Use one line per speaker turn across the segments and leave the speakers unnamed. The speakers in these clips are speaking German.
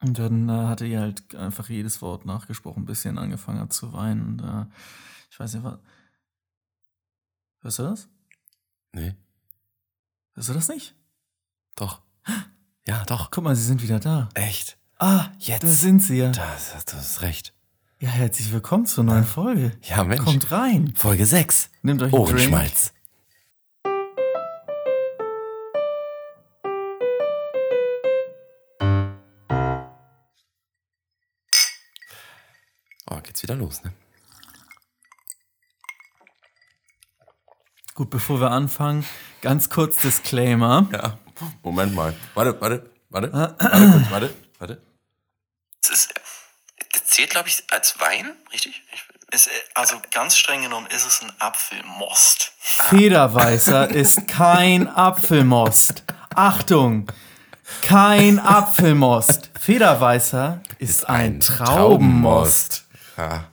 Und dann, äh, hatte die halt einfach jedes Wort nachgesprochen, bis sie dann angefangen hat zu weinen. Und, äh, ich weiß nicht, was. Hörst du das?
Nee,
Hörst du das nicht?
doch. Ja, doch.
Guck mal, sie sind wieder da.
Echt.
Ah,
Jetzt.
da sind sie ja.
Das, das ist recht.
Ja, herzlich willkommen zur neuen Folge.
Ja, Mensch.
Kommt rein.
Folge 6.
Nehmt euch einen Drink.
Ohrenschmalz. Oh, geht's wieder los, ne?
Gut, bevor wir anfangen, ganz kurz Disclaimer.
Ja. Moment mal. Warte, warte, warte. Warte, kurz, warte, warte.
Es ist, das zählt, glaube ich, als Wein, richtig? Ich,
Ist, äh, also ganz streng genommen ist es ein Apfelmost.
Federweißer ist kein Apfelmost. Achtung! Kein Apfelmost. Federweißer ist ein Traubenmost.
Ja.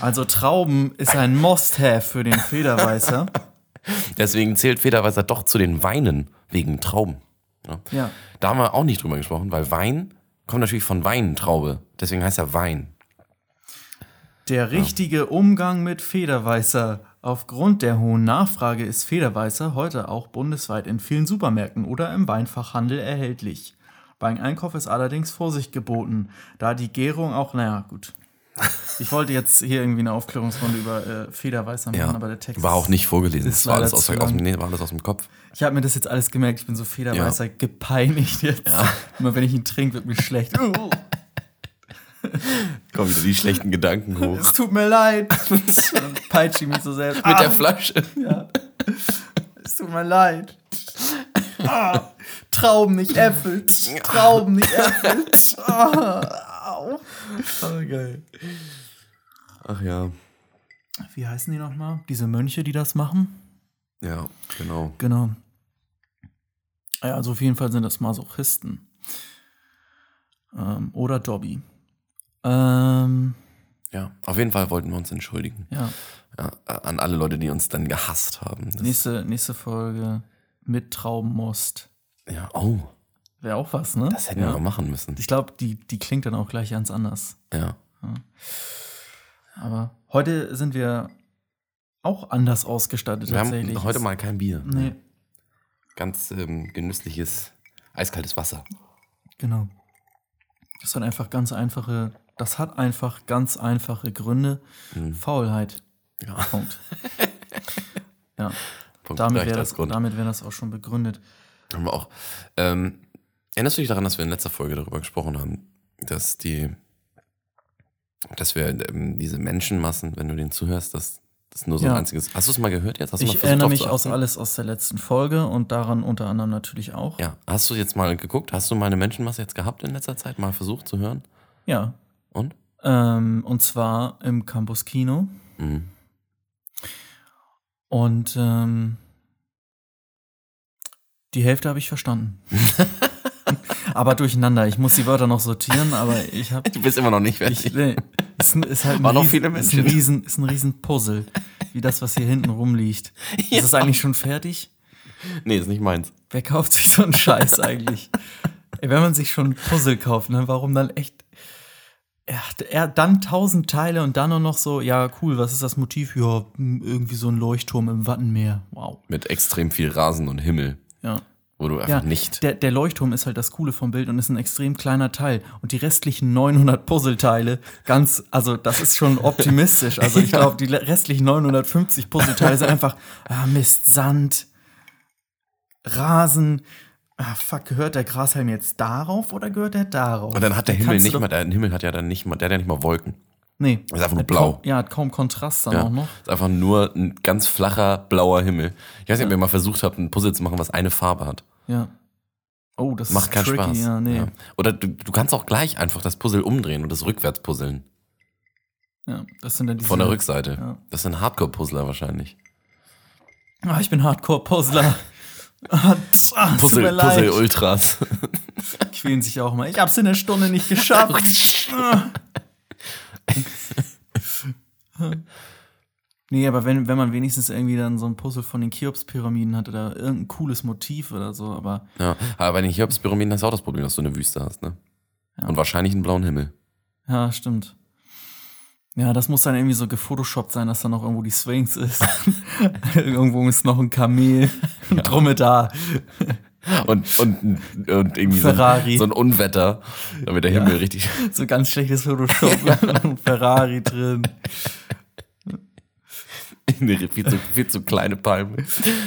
Also Trauben ist ein Must-Have für den Federweißer.
Deswegen zählt Federweißer doch zu den Weinen wegen Trauben. Ja.
Ja.
Da haben wir auch nicht drüber gesprochen, weil Wein kommt natürlich von Weintraube. Deswegen heißt er Wein.
Der richtige Umgang mit Federweißer. Aufgrund der hohen Nachfrage ist Federweißer heute auch bundesweit in vielen Supermärkten oder im Weinfachhandel erhältlich. Beim Einkauf ist allerdings Vorsicht geboten, da die Gärung auch, naja, gut. Ich wollte jetzt hier irgendwie eine Aufklärungsrunde über äh, Federweißer machen, aber der Text.
war auch nicht vorgelesen.
ist
Das war alles
leider
aus,
zu
aus,
lang.
nee, war alles aus dem Kopf.
Ich habe mir das jetzt alles gemerkt, ich bin so Federweißer gepeinigt jetzt. Immer wenn ich ihn trinke, wird mir schlecht. Uh,
Kommen wieder die schlechten Gedanken hoch.
es tut mir leid. Und dann peitsche ich mich so selbst.
Mit der
an.
Flasche.
Es tut mir leid. Ah, Trauben, nicht Äpfel. Trauben, nicht Äpfel. Ah, au. Ah,
geil. Ach ja.
Wie heißen die nochmal? Diese Mönche, die das machen?
Ja, genau.
Genau. Ja, also auf jeden Fall sind das Masochisten. Ähm, oder Dobby. Ähm,
Ja. Auf jeden Fall wollten wir uns entschuldigen.
ja,
Ja, an alle Leute, die uns dann gehasst haben. Das-
nächste, nächste Folge mit Traubenmost.
Ja. Oh,
Wäre auch was, ne?
das hätten
ja.
wir noch machen müssen.
Ich glaube, die, die klingt dann auch gleich ganz anders.
Ja.
Aber heute sind wir auch anders ausgestattet
Wir
tatsächlich.
haben heute mal kein Bier. ne?
Nee,
Ganz ähm, genüssliches, eiskaltes Wasser.
genau. Das hat einfach ganz einfache, das hat einfach ganz einfache Gründe. Faulheit.
Mhm. Ja.
Punkt. ja,
Punkt.
damit
Reicht
wäre
als
das,
Grund.
damit wär das auch schon begründet.
Haben wir auch. Ähm, erinnerst du dich daran, dass wir in letzter Folge darüber gesprochen haben, dass die, dass wir ähm, diese Menschenmassen, wenn du denen zuhörst, dass das nur so
Ja.
ein einziges. Hast du es mal gehört jetzt? Hast du mal
Ich
versucht,
erinnere
drauf
mich
zu
aus
achten?
alles aus der letzten Folge und daran unter anderem natürlich auch.
Ja, hast du jetzt mal geguckt? Hast du mal eine Menschenmasse jetzt gehabt in letzter Zeit? Mal versucht zu hören?
ja.
Und?
Ähm, und zwar im Campus Kino.
Mhm.
Und ähm, die Hälfte habe ich verstanden. aber durcheinander. Ich muss die Wörter noch sortieren, aber ich habe.
Du bist immer noch nicht
Ich,
fertig.
nee, ist, ein- ist halt ein
Waren noch
riesen-
viele
Ist ein,
Menschen.
riesen, ist ein riesen Puzzle. Wie das, was hier hinten rumliegt. Ist das eigentlich schon fertig?
nee, ist nicht meins.
Wer kauft sich so einen Scheiß eigentlich? Ey, wenn man sich schon ein Puzzle kauft, ne, warum dann echt. Ja, d- ja, dann tausend Teile und dann auch noch so, ja, cool, was ist das Motiv? Ja, m, irgendwie so ein Leuchtturm im Wattenmeer. Wow.
Mit extrem viel Rasen und Himmel,
Ja.
wo du einfach
Ja,
nicht.
Der, der Leuchtturm ist halt das Coole vom Bild und ist ein extrem kleiner Teil. Und die restlichen 900 Puzzleteile, ganz, also das ist schon optimistisch. Also ich glaube, die le- restlichen 950 Puzzleteile sind einfach ah, Mist, Sand, Rasen. Ah, fuck, gehört der Grashalm jetzt darauf oder gehört er darauf?
Und dann hat der Himmel
kannst du
nicht
doch-
mal, der Himmel hat ja dann nicht mal, der hat ja nicht mal Wolken.
Nee.
Ist einfach nur
Hat
blau.
Kaum, ja, hat kaum Kontrast dann
Ja,
auch noch.
Ist einfach nur ein ganz flacher blauer Himmel. Ich weiß nicht, ob ihr mal versucht habt, ein Puzzle zu machen, was eine Farbe hat.
Ja. Oh, das
Macht
ist
keinen
tricky.
Spaß.
Ja, nee.
Ja. Oder du, du kannst auch gleich einfach das Puzzle umdrehen und das rückwärts puzzeln.
Ja, das sind dann diese,
Von der Rückseite.
Ja.
Das sind Hardcore-Puzzler wahrscheinlich.
Ah, ich bin Hardcore-Puzzler. Ah, tsch, ah, es tut mir
Puzzle,
leid.
Puzzle-Ultras.
quälen sich auch mal. Ich hab's in der Stunde nicht geschafft. Ah. nee, aber wenn, wenn man wenigstens irgendwie dann so ein Puzzle von den Cheops-Pyramiden hat oder irgendein cooles Motiv oder so, aber
ja. Aber bei den Hiobspyramiden hast du auch das Problem, dass du eine Wüste hast, ne?
Ja.
Und wahrscheinlich einen blauen Himmel.
Ja, stimmt. Ja, das muss dann irgendwie so gefotoshoppt sein, dass da noch irgendwo die Sphinx ist. irgendwo ist noch ein Kamel, ein Dromedar.
Und, und, und irgendwie so ein,
Ferrari.
so ein Unwetter, damit der Himmel richtig.
So ganz schlechtes Photoshop. Ein Ferrari drin.
Eine viel zu, viel zu kleine Palme.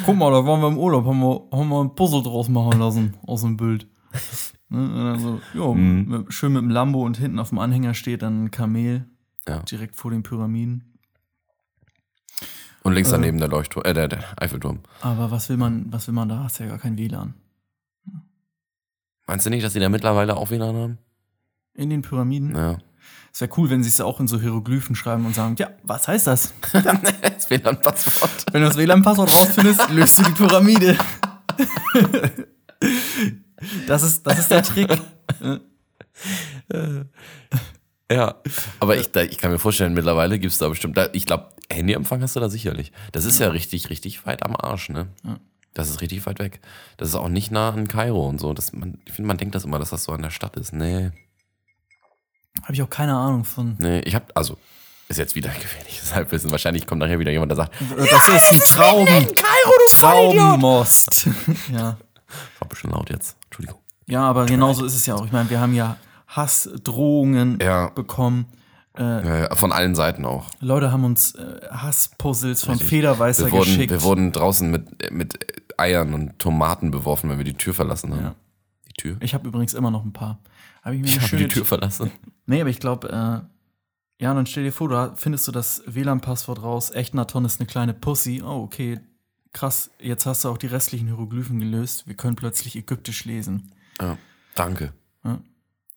Guck mal, da waren wir im Urlaub, haben wir, haben wir ein Puzzle draus machen lassen aus dem Bild. Ne? und dann so, jo,
Mhm.
mit, schön mit dem Lambo und hinten auf dem Anhänger steht dann ein Kamel
Ja.
direkt vor den Pyramiden.
Und links daneben der Leuchtturm, äh, der, der Eiffelturm.
Aber was will man, was will man da? Hast ja gar kein WLAN.
Meinst du nicht, dass die da mittlerweile auch WLAN haben?
In den Pyramiden.
Ja.
Es wäre cool, wenn sie es auch in so Hieroglyphen schreiben und sagen, ja, was heißt das?
Das WLAN-Passwort.
Wenn du das WLAN-Passwort rausfindest, löst du die Pyramide. das, ist, das ist der Trick.
Ja. Aber ich, da, ich kann mir vorstellen, mittlerweile gibt's da bestimmt. Da, ich glaube, Handyempfang hast du da sicherlich. Das ist ja richtig, richtig weit am Arsch, ne?
Ja.
Das ist richtig weit weg. Das ist auch nicht nah an Kairo und so. Das, man, ich finde, man denkt das immer, dass das so an der Stadt ist. Nee.
Habe ich auch keine Ahnung von.
Nee, ich habe also ist jetzt wieder gefährliches Halbwissen. Wahrscheinlich kommt nachher wieder jemand, der sagt,
Äh, Das ist Trauben. Traubenmost. ja.
war bestimmt laut jetzt. Entschuldigung.
ja, aber genauso ist es ja auch. Ich meine, wir haben ja Hassdrohungen
Ja.
bekommen.
Äh, von allen Seiten auch.
Leute haben uns äh, Hasspuzzles von
Richtig.
Federweißer
Wir wurden,
geschickt.
wir wurden draußen mit, mit Eiern und Tomaten beworfen, wenn wir die Tür verlassen haben.
Ja.
Die Tür?
ich habe übrigens immer noch ein paar. Habe ich mir
Ich
eine
habe
schöne
die Tür verlassen.
Nee, aber ich glaube, äh, ja, dann stell dir vor, du findest du das WLAN-Passwort raus, Echtnaton ist eine kleine Pussy. Oh, okay, krass, jetzt hast du auch die restlichen Hieroglyphen gelöst. Wir können plötzlich Ägyptisch lesen.
Ja. Danke.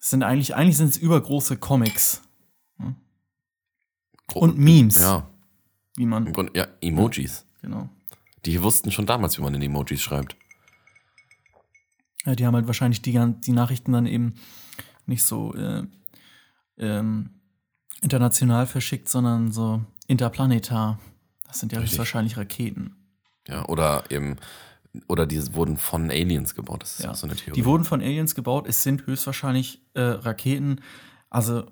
Es sind eigentlich, eigentlich sind es übergroße Comics
Gro-
und Memes,
Ja,
wie
im
man,
Grunde, ja, Emojis.
genau.
Die wussten schon damals, wie man in Emojis schreibt.
Ja, die haben halt wahrscheinlich die, gan- die Nachrichten dann eben nicht so äh, ähm, international verschickt, sondern so interplanetar. Das sind ja
Richtig.
höchstwahrscheinlich Raketen.
Ja, oder eben, oder die wurden von Aliens gebaut. Das ist
Ja.
auch so eine Theorie.
Die wurden von Aliens gebaut. Es sind höchstwahrscheinlich äh, Raketen. Also,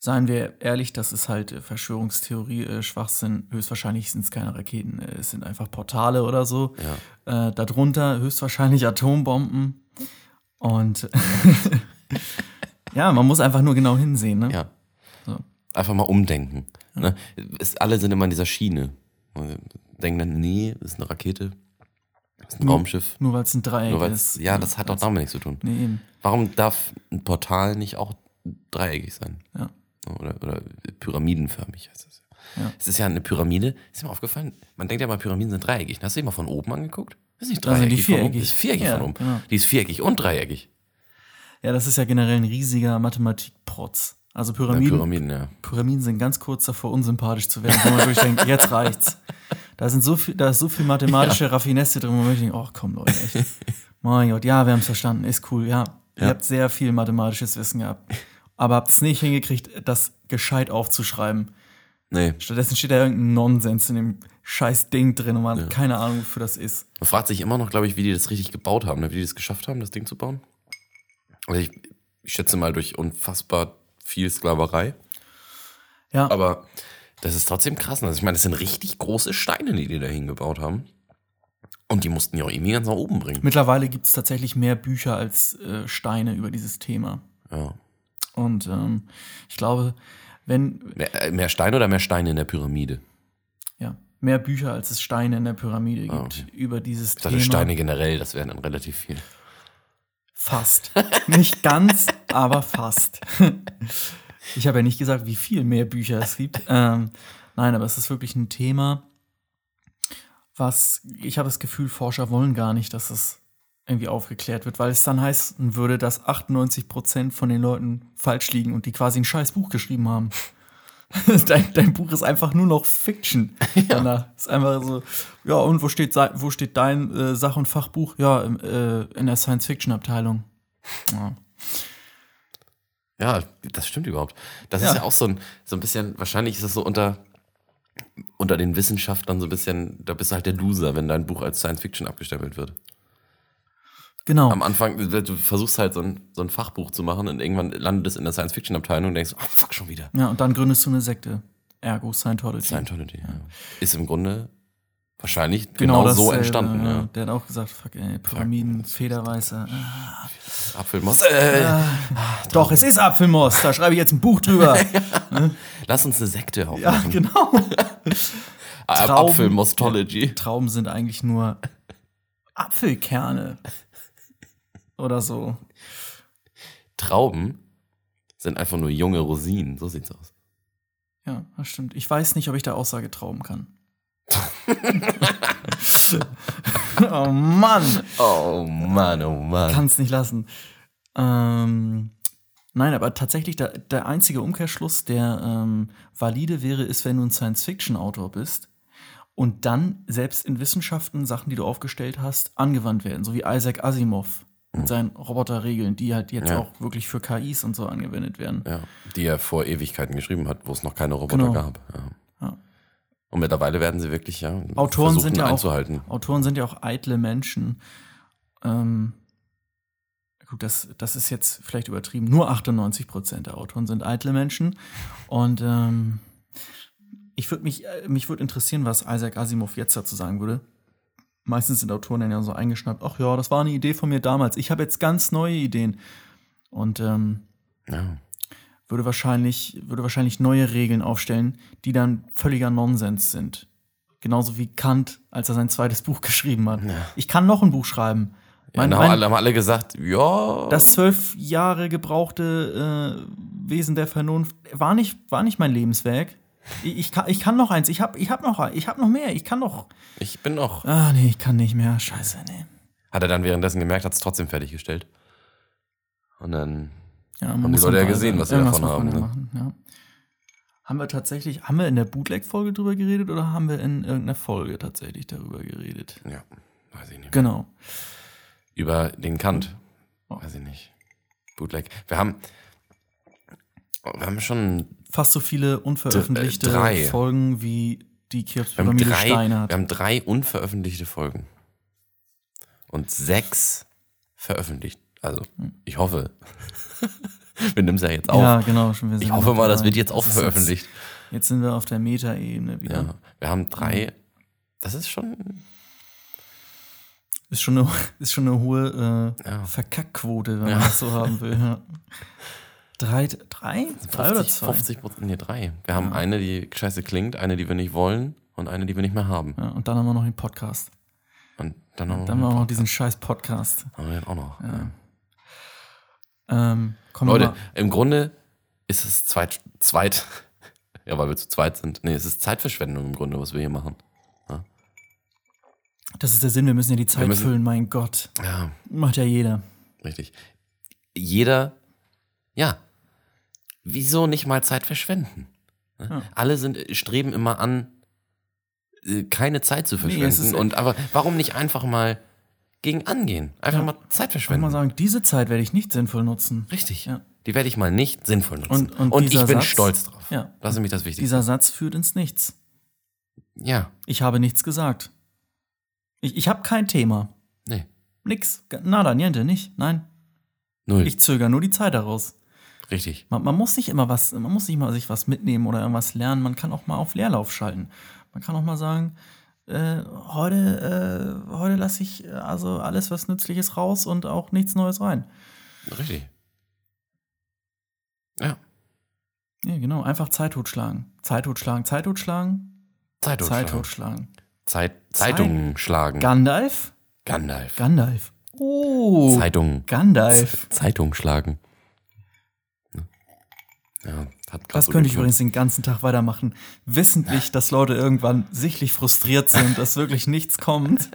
seien wir ehrlich, das ist halt äh, Verschwörungstheorie, äh, Schwachsinn. Höchstwahrscheinlich sind es keine Raketen. Äh, es sind einfach Portale oder so.
ja.
Äh, darunter höchstwahrscheinlich Atombomben. Und ja, man muss einfach nur genau hinsehen. Ne?
Ja.
So.
Einfach mal umdenken. Ne? Es, alle sind immer in dieser Schiene. Denken dann, nee, das ist eine Rakete, das ist ein
Nur-
Raumschiff.
Nur weil es ein Dreieck
Nur weil's,
ist.
ja, das hat doch
Weil's-
damit nichts zu tun.
Nee, eben.
Warum darf ein Portal nicht auch dreieckig sein?
Ja.
Oder, oder pyramidenförmig heißt das ja.
Ja.
Es ist ja eine Pyramide, ist mir aufgefallen, man denkt ja mal, Pyramiden sind dreieckig. Hast du die mal von oben angeguckt? Ist nicht
Da sind die
dreieckig. von oben,
viereckig.
Ist viereckig
Ja,
von oben.
genau.
Die ist viereckig und dreieckig.
ja, das ist ja generell ein riesiger Mathematikprotz. Also
Ja,
Pyramiden,
Pyramiden, ja.
Pyramiden sind ganz kurz davor, unsympathisch zu werden, wo man wirklich denkt, jetzt reicht's. Da, sind so viel, da ist so viel mathematische Raffinesse drin, wo man wirklich denkt, ach komm Leute, echt. Mein Gott, ja, wir haben es verstanden, ist cool, ja. Ihr habt sehr viel mathematisches Wissen gehabt, aber habt es nicht hingekriegt, das gescheit aufzuschreiben.
Nee.
Stattdessen steht da irgendein Nonsens in dem scheiß Ding drin und man hat keine Ahnung, wofür das ist.
Man fragt sich immer noch, glaube ich, wie die das richtig gebaut haben, ne? wie die das geschafft haben, das Ding zu bauen. Also ich, ich schätze mal durch unfassbar viel Sklaverei.
Ja,
Aber das ist trotzdem krass. ne? Also ich meine, das sind richtig große Steine, die die da hingebaut haben. Und die mussten ja auch irgendwie ganz nach oben bringen.
mittlerweile gibt es tatsächlich mehr Bücher als äh, Steine über dieses Thema.
Ja.
Und ähm, ich glaube, wenn,
Mehr, äh, mehr Steine oder mehr Steine in der Pyramide?
Ja, mehr Bücher als es Steine in der Pyramide gibt
Ah, okay.
über dieses
Ich dachte,
Thema.
Steine generell, das wären dann relativ viel.
Fast. Nicht ganz, aber fast. Ich habe ja nicht gesagt, wie viel mehr Bücher es gibt. Ähm, nein, aber es ist wirklich ein Thema, was ich habe das Gefühl, Forscher wollen gar nicht, dass es irgendwie aufgeklärt wird, weil es dann heißen würde, dass 98% von den Leuten falsch liegen und die quasi ein scheiß Buch geschrieben haben. Dein, dein Buch ist einfach nur noch Fiction. Danach ist einfach so, ja, und wo steht, sei- wo steht dein äh, Sach- und Fachbuch? Ja, im, äh, in der Science-Fiction-Abteilung. Ja.
Ja, das stimmt überhaupt. Das
Ja.
ist ja auch so ein, so ein bisschen, wahrscheinlich ist das so unter, unter den Wissenschaftlern so ein bisschen, da bist du halt der Loser, wenn dein Buch als Science Fiction abgestempelt wird.
Genau.
Am Anfang, du du versuchst halt so ein, so ein Fachbuch zu machen und irgendwann landet es in der Science-Fiction-Abteilung und denkst, oh fuck, schon wieder.
Ja, und dann gründest du eine Sekte. Ergo Scientology.
Scientology, ja. Ist im Grunde wahrscheinlich
Genau
genau, so
dasselbe,
entstanden.
ja.
Ja.
Der hat auch gesagt, fuck, ey, Pyramiden, Federweißer. ah.
Apfelmost. Äh,
Doch, es ist Apfelmost. Da schreibe ich jetzt ein Buch drüber.
Lass uns eine Sekte
ja,
aufmachen.
genau.
Ja,
Trauben.
Apfelmostology.
Trauben sind eigentlich nur Apfelkerne. Oder so.
Trauben sind einfach nur junge Rosinen. So sieht's aus.
Ja, das stimmt. Ich weiß nicht, ob ich der Aussage trauben kann. oh Mann,
Oh Mann, oh Mann.
kann es nicht lassen. Ähm, nein, aber tatsächlich der, der einzige Umkehrschluss, der ähm, valide wäre, ist, wenn du ein Science-Fiction-Autor bist und dann selbst in Wissenschaften Sachen, die du aufgestellt hast, angewandt werden, so wie Isaac Asimov mit seinen Roboterregeln, die halt jetzt
Ja.
auch wirklich für KIs und so angewendet werden.
ja, die er vor Ewigkeiten geschrieben hat, wo es noch keine Roboter
Genau.
gab. Ja.
Ja.
Und mittlerweile werden sie wirklich, ja,
Autoren
versuchen
sind ja auch-
einzuhalten.
Autoren sind ja auch eitle Menschen. Ähm, gut, das, das ist jetzt vielleicht übertrieben. Nur 98 Prozent der Autoren sind eitle Menschen. Und ähm, ich würde mich, äh, mich würde interessieren, was Isaac Asimov jetzt dazu sagen würde. Meistens sind Autoren dann ja so eingeschnappt, ach ja, das war eine Idee von mir damals. Ich habe jetzt ganz neue Ideen. Und ähm,
Ja.
würde wahrscheinlich, würde wahrscheinlich neue Regeln aufstellen, die dann völliger Nonsens sind. Genauso wie Kant, als er sein zweites Buch geschrieben hat. Ich kann noch ein Buch schreiben.
Ja,
Mein,
da haben
mein,
alle, haben alle gesagt, ja,
das zwölf Jahre gebrauchte äh, Wesen der Vernunft war nicht, war nicht mein Lebenswerk. Ich, ich, kann, ich kann noch eins, ich hab, ich hab noch ein- ich hab noch mehr, ich kann noch.
ich bin noch.
Ah, nee, ich kann nicht mehr. Scheiße, nee.
Hat er dann währenddessen gemerkt, hat es trotzdem fertiggestellt. Und dann,
Ja,
Haben die
muss
Leute ja
dabei
gesehen,
sein.
was sie
Irgendwas
davon
muss man
haben, ne?
ja machen, ja. Haben wir tatsächlich, haben wir in der Bootleg-Folge drüber geredet oder haben wir in irgendeiner Folge tatsächlich darüber geredet?
ja, weiß ich nicht. Mehr.
Genau.
Über den Kant.
Oh.
Weiß ich nicht. Bootleg. Wir haben, wir haben schon
Fast so viele unveröffentlichte
D- äh, drei.
Folgen wie die
Wir haben,
Krebspyramide
drei,
Steine hat.
wir haben drei unveröffentlichte Folgen. Und sechs veröffentlicht. Also, ich hoffe. wir nehmen es ja jetzt auf.
Hm. ja, genau. Schon, wir
ich
sind
hoffe
noch
mal, das
dabei.
wird jetzt auch
Das ist
veröffentlicht.
Jetzt, jetzt sind wir auf der Meta-Ebene wieder.
Ja. Wir haben
Hm.
drei. Das ist schon.
Ist, schon eine, ist schon eine hohe äh,
Ja.
Verkackquote, wenn man das so haben will. Ja. Drei, drei? Drei oder zwei?
50 Prozent. Nee, drei. Wir haben eine, die scheiße klingt, eine, die wir nicht wollen und eine, die wir nicht mehr haben.
Ja, und dann haben wir noch den Podcast.
Und dann haben
Dann machen wir noch diesen scheiß Podcast.
haben wir den auch noch. Ja.
Ähm, kommen wir
Leute,
mal-
im Grunde ist es zweit, zweit, ja, weil wir zu zweit sind. Nee, es ist Zeitverschwendung im Grunde, was wir hier machen.
das ist der Sinn, wir müssen ja die Zeit
müssen-
füllen, mein Gott.
Ja,
Macht ja jeder.
richtig. Jeder, ja, wieso nicht mal Zeit verschwenden? Ne?
Ja.
Alle sind, streben immer an, äh, keine Zeit zu
Nee,
verschwenden.
es ist-
und aber warum nicht einfach mal gegen angehen? Einfach mal Zeit
Ich würde
verschwenden.
mal sagen, diese Zeit werde ich nicht sinnvoll nutzen.
richtig.
Ja.
Die werde ich mal nicht sinnvoll nutzen.
Und- und
ich
dieser
bin
Satz-
stolz drauf.
Ja.
Das ist nämlich das Wichtigste.
Dieser Satz führt ins Nichts.
Ja,
Ich habe nichts gesagt. Ich, ich habe kein Thema.
nee.
Nix. Ga- Nada, niente, nicht. Nein.
Null.
Ich zögere nur die Zeit daraus.
richtig.
Man, man muss nicht immer was, man muss nicht mal sich was mitnehmen oder irgendwas lernen. Man kann auch mal auf Leerlauf schalten. Man kann auch mal sagen, äh, heute, äh, heute lasse ich äh, also alles was Nützliches raus und auch nichts Neues rein.
Richtig. Ja,
Ja, genau, einfach Zeit totschlagen. Zeit totschlagen, Zeit totschlagen, Zeit
Zeit totschlagen.
totschlagen.
Zeit, Zeitungen schlagen.
Gandalf?
Gandalf.
Gandalf. Oh,
Zeitungen.
Gandalf.
Zeitung schlagen. Ne? Ja, hat grad
Das
so
könnte ich
geklappt.
übrigens den ganzen Tag weitermachen. Wissentlich, dass Leute irgendwann sichtlich frustriert sind, dass wirklich nichts kommt.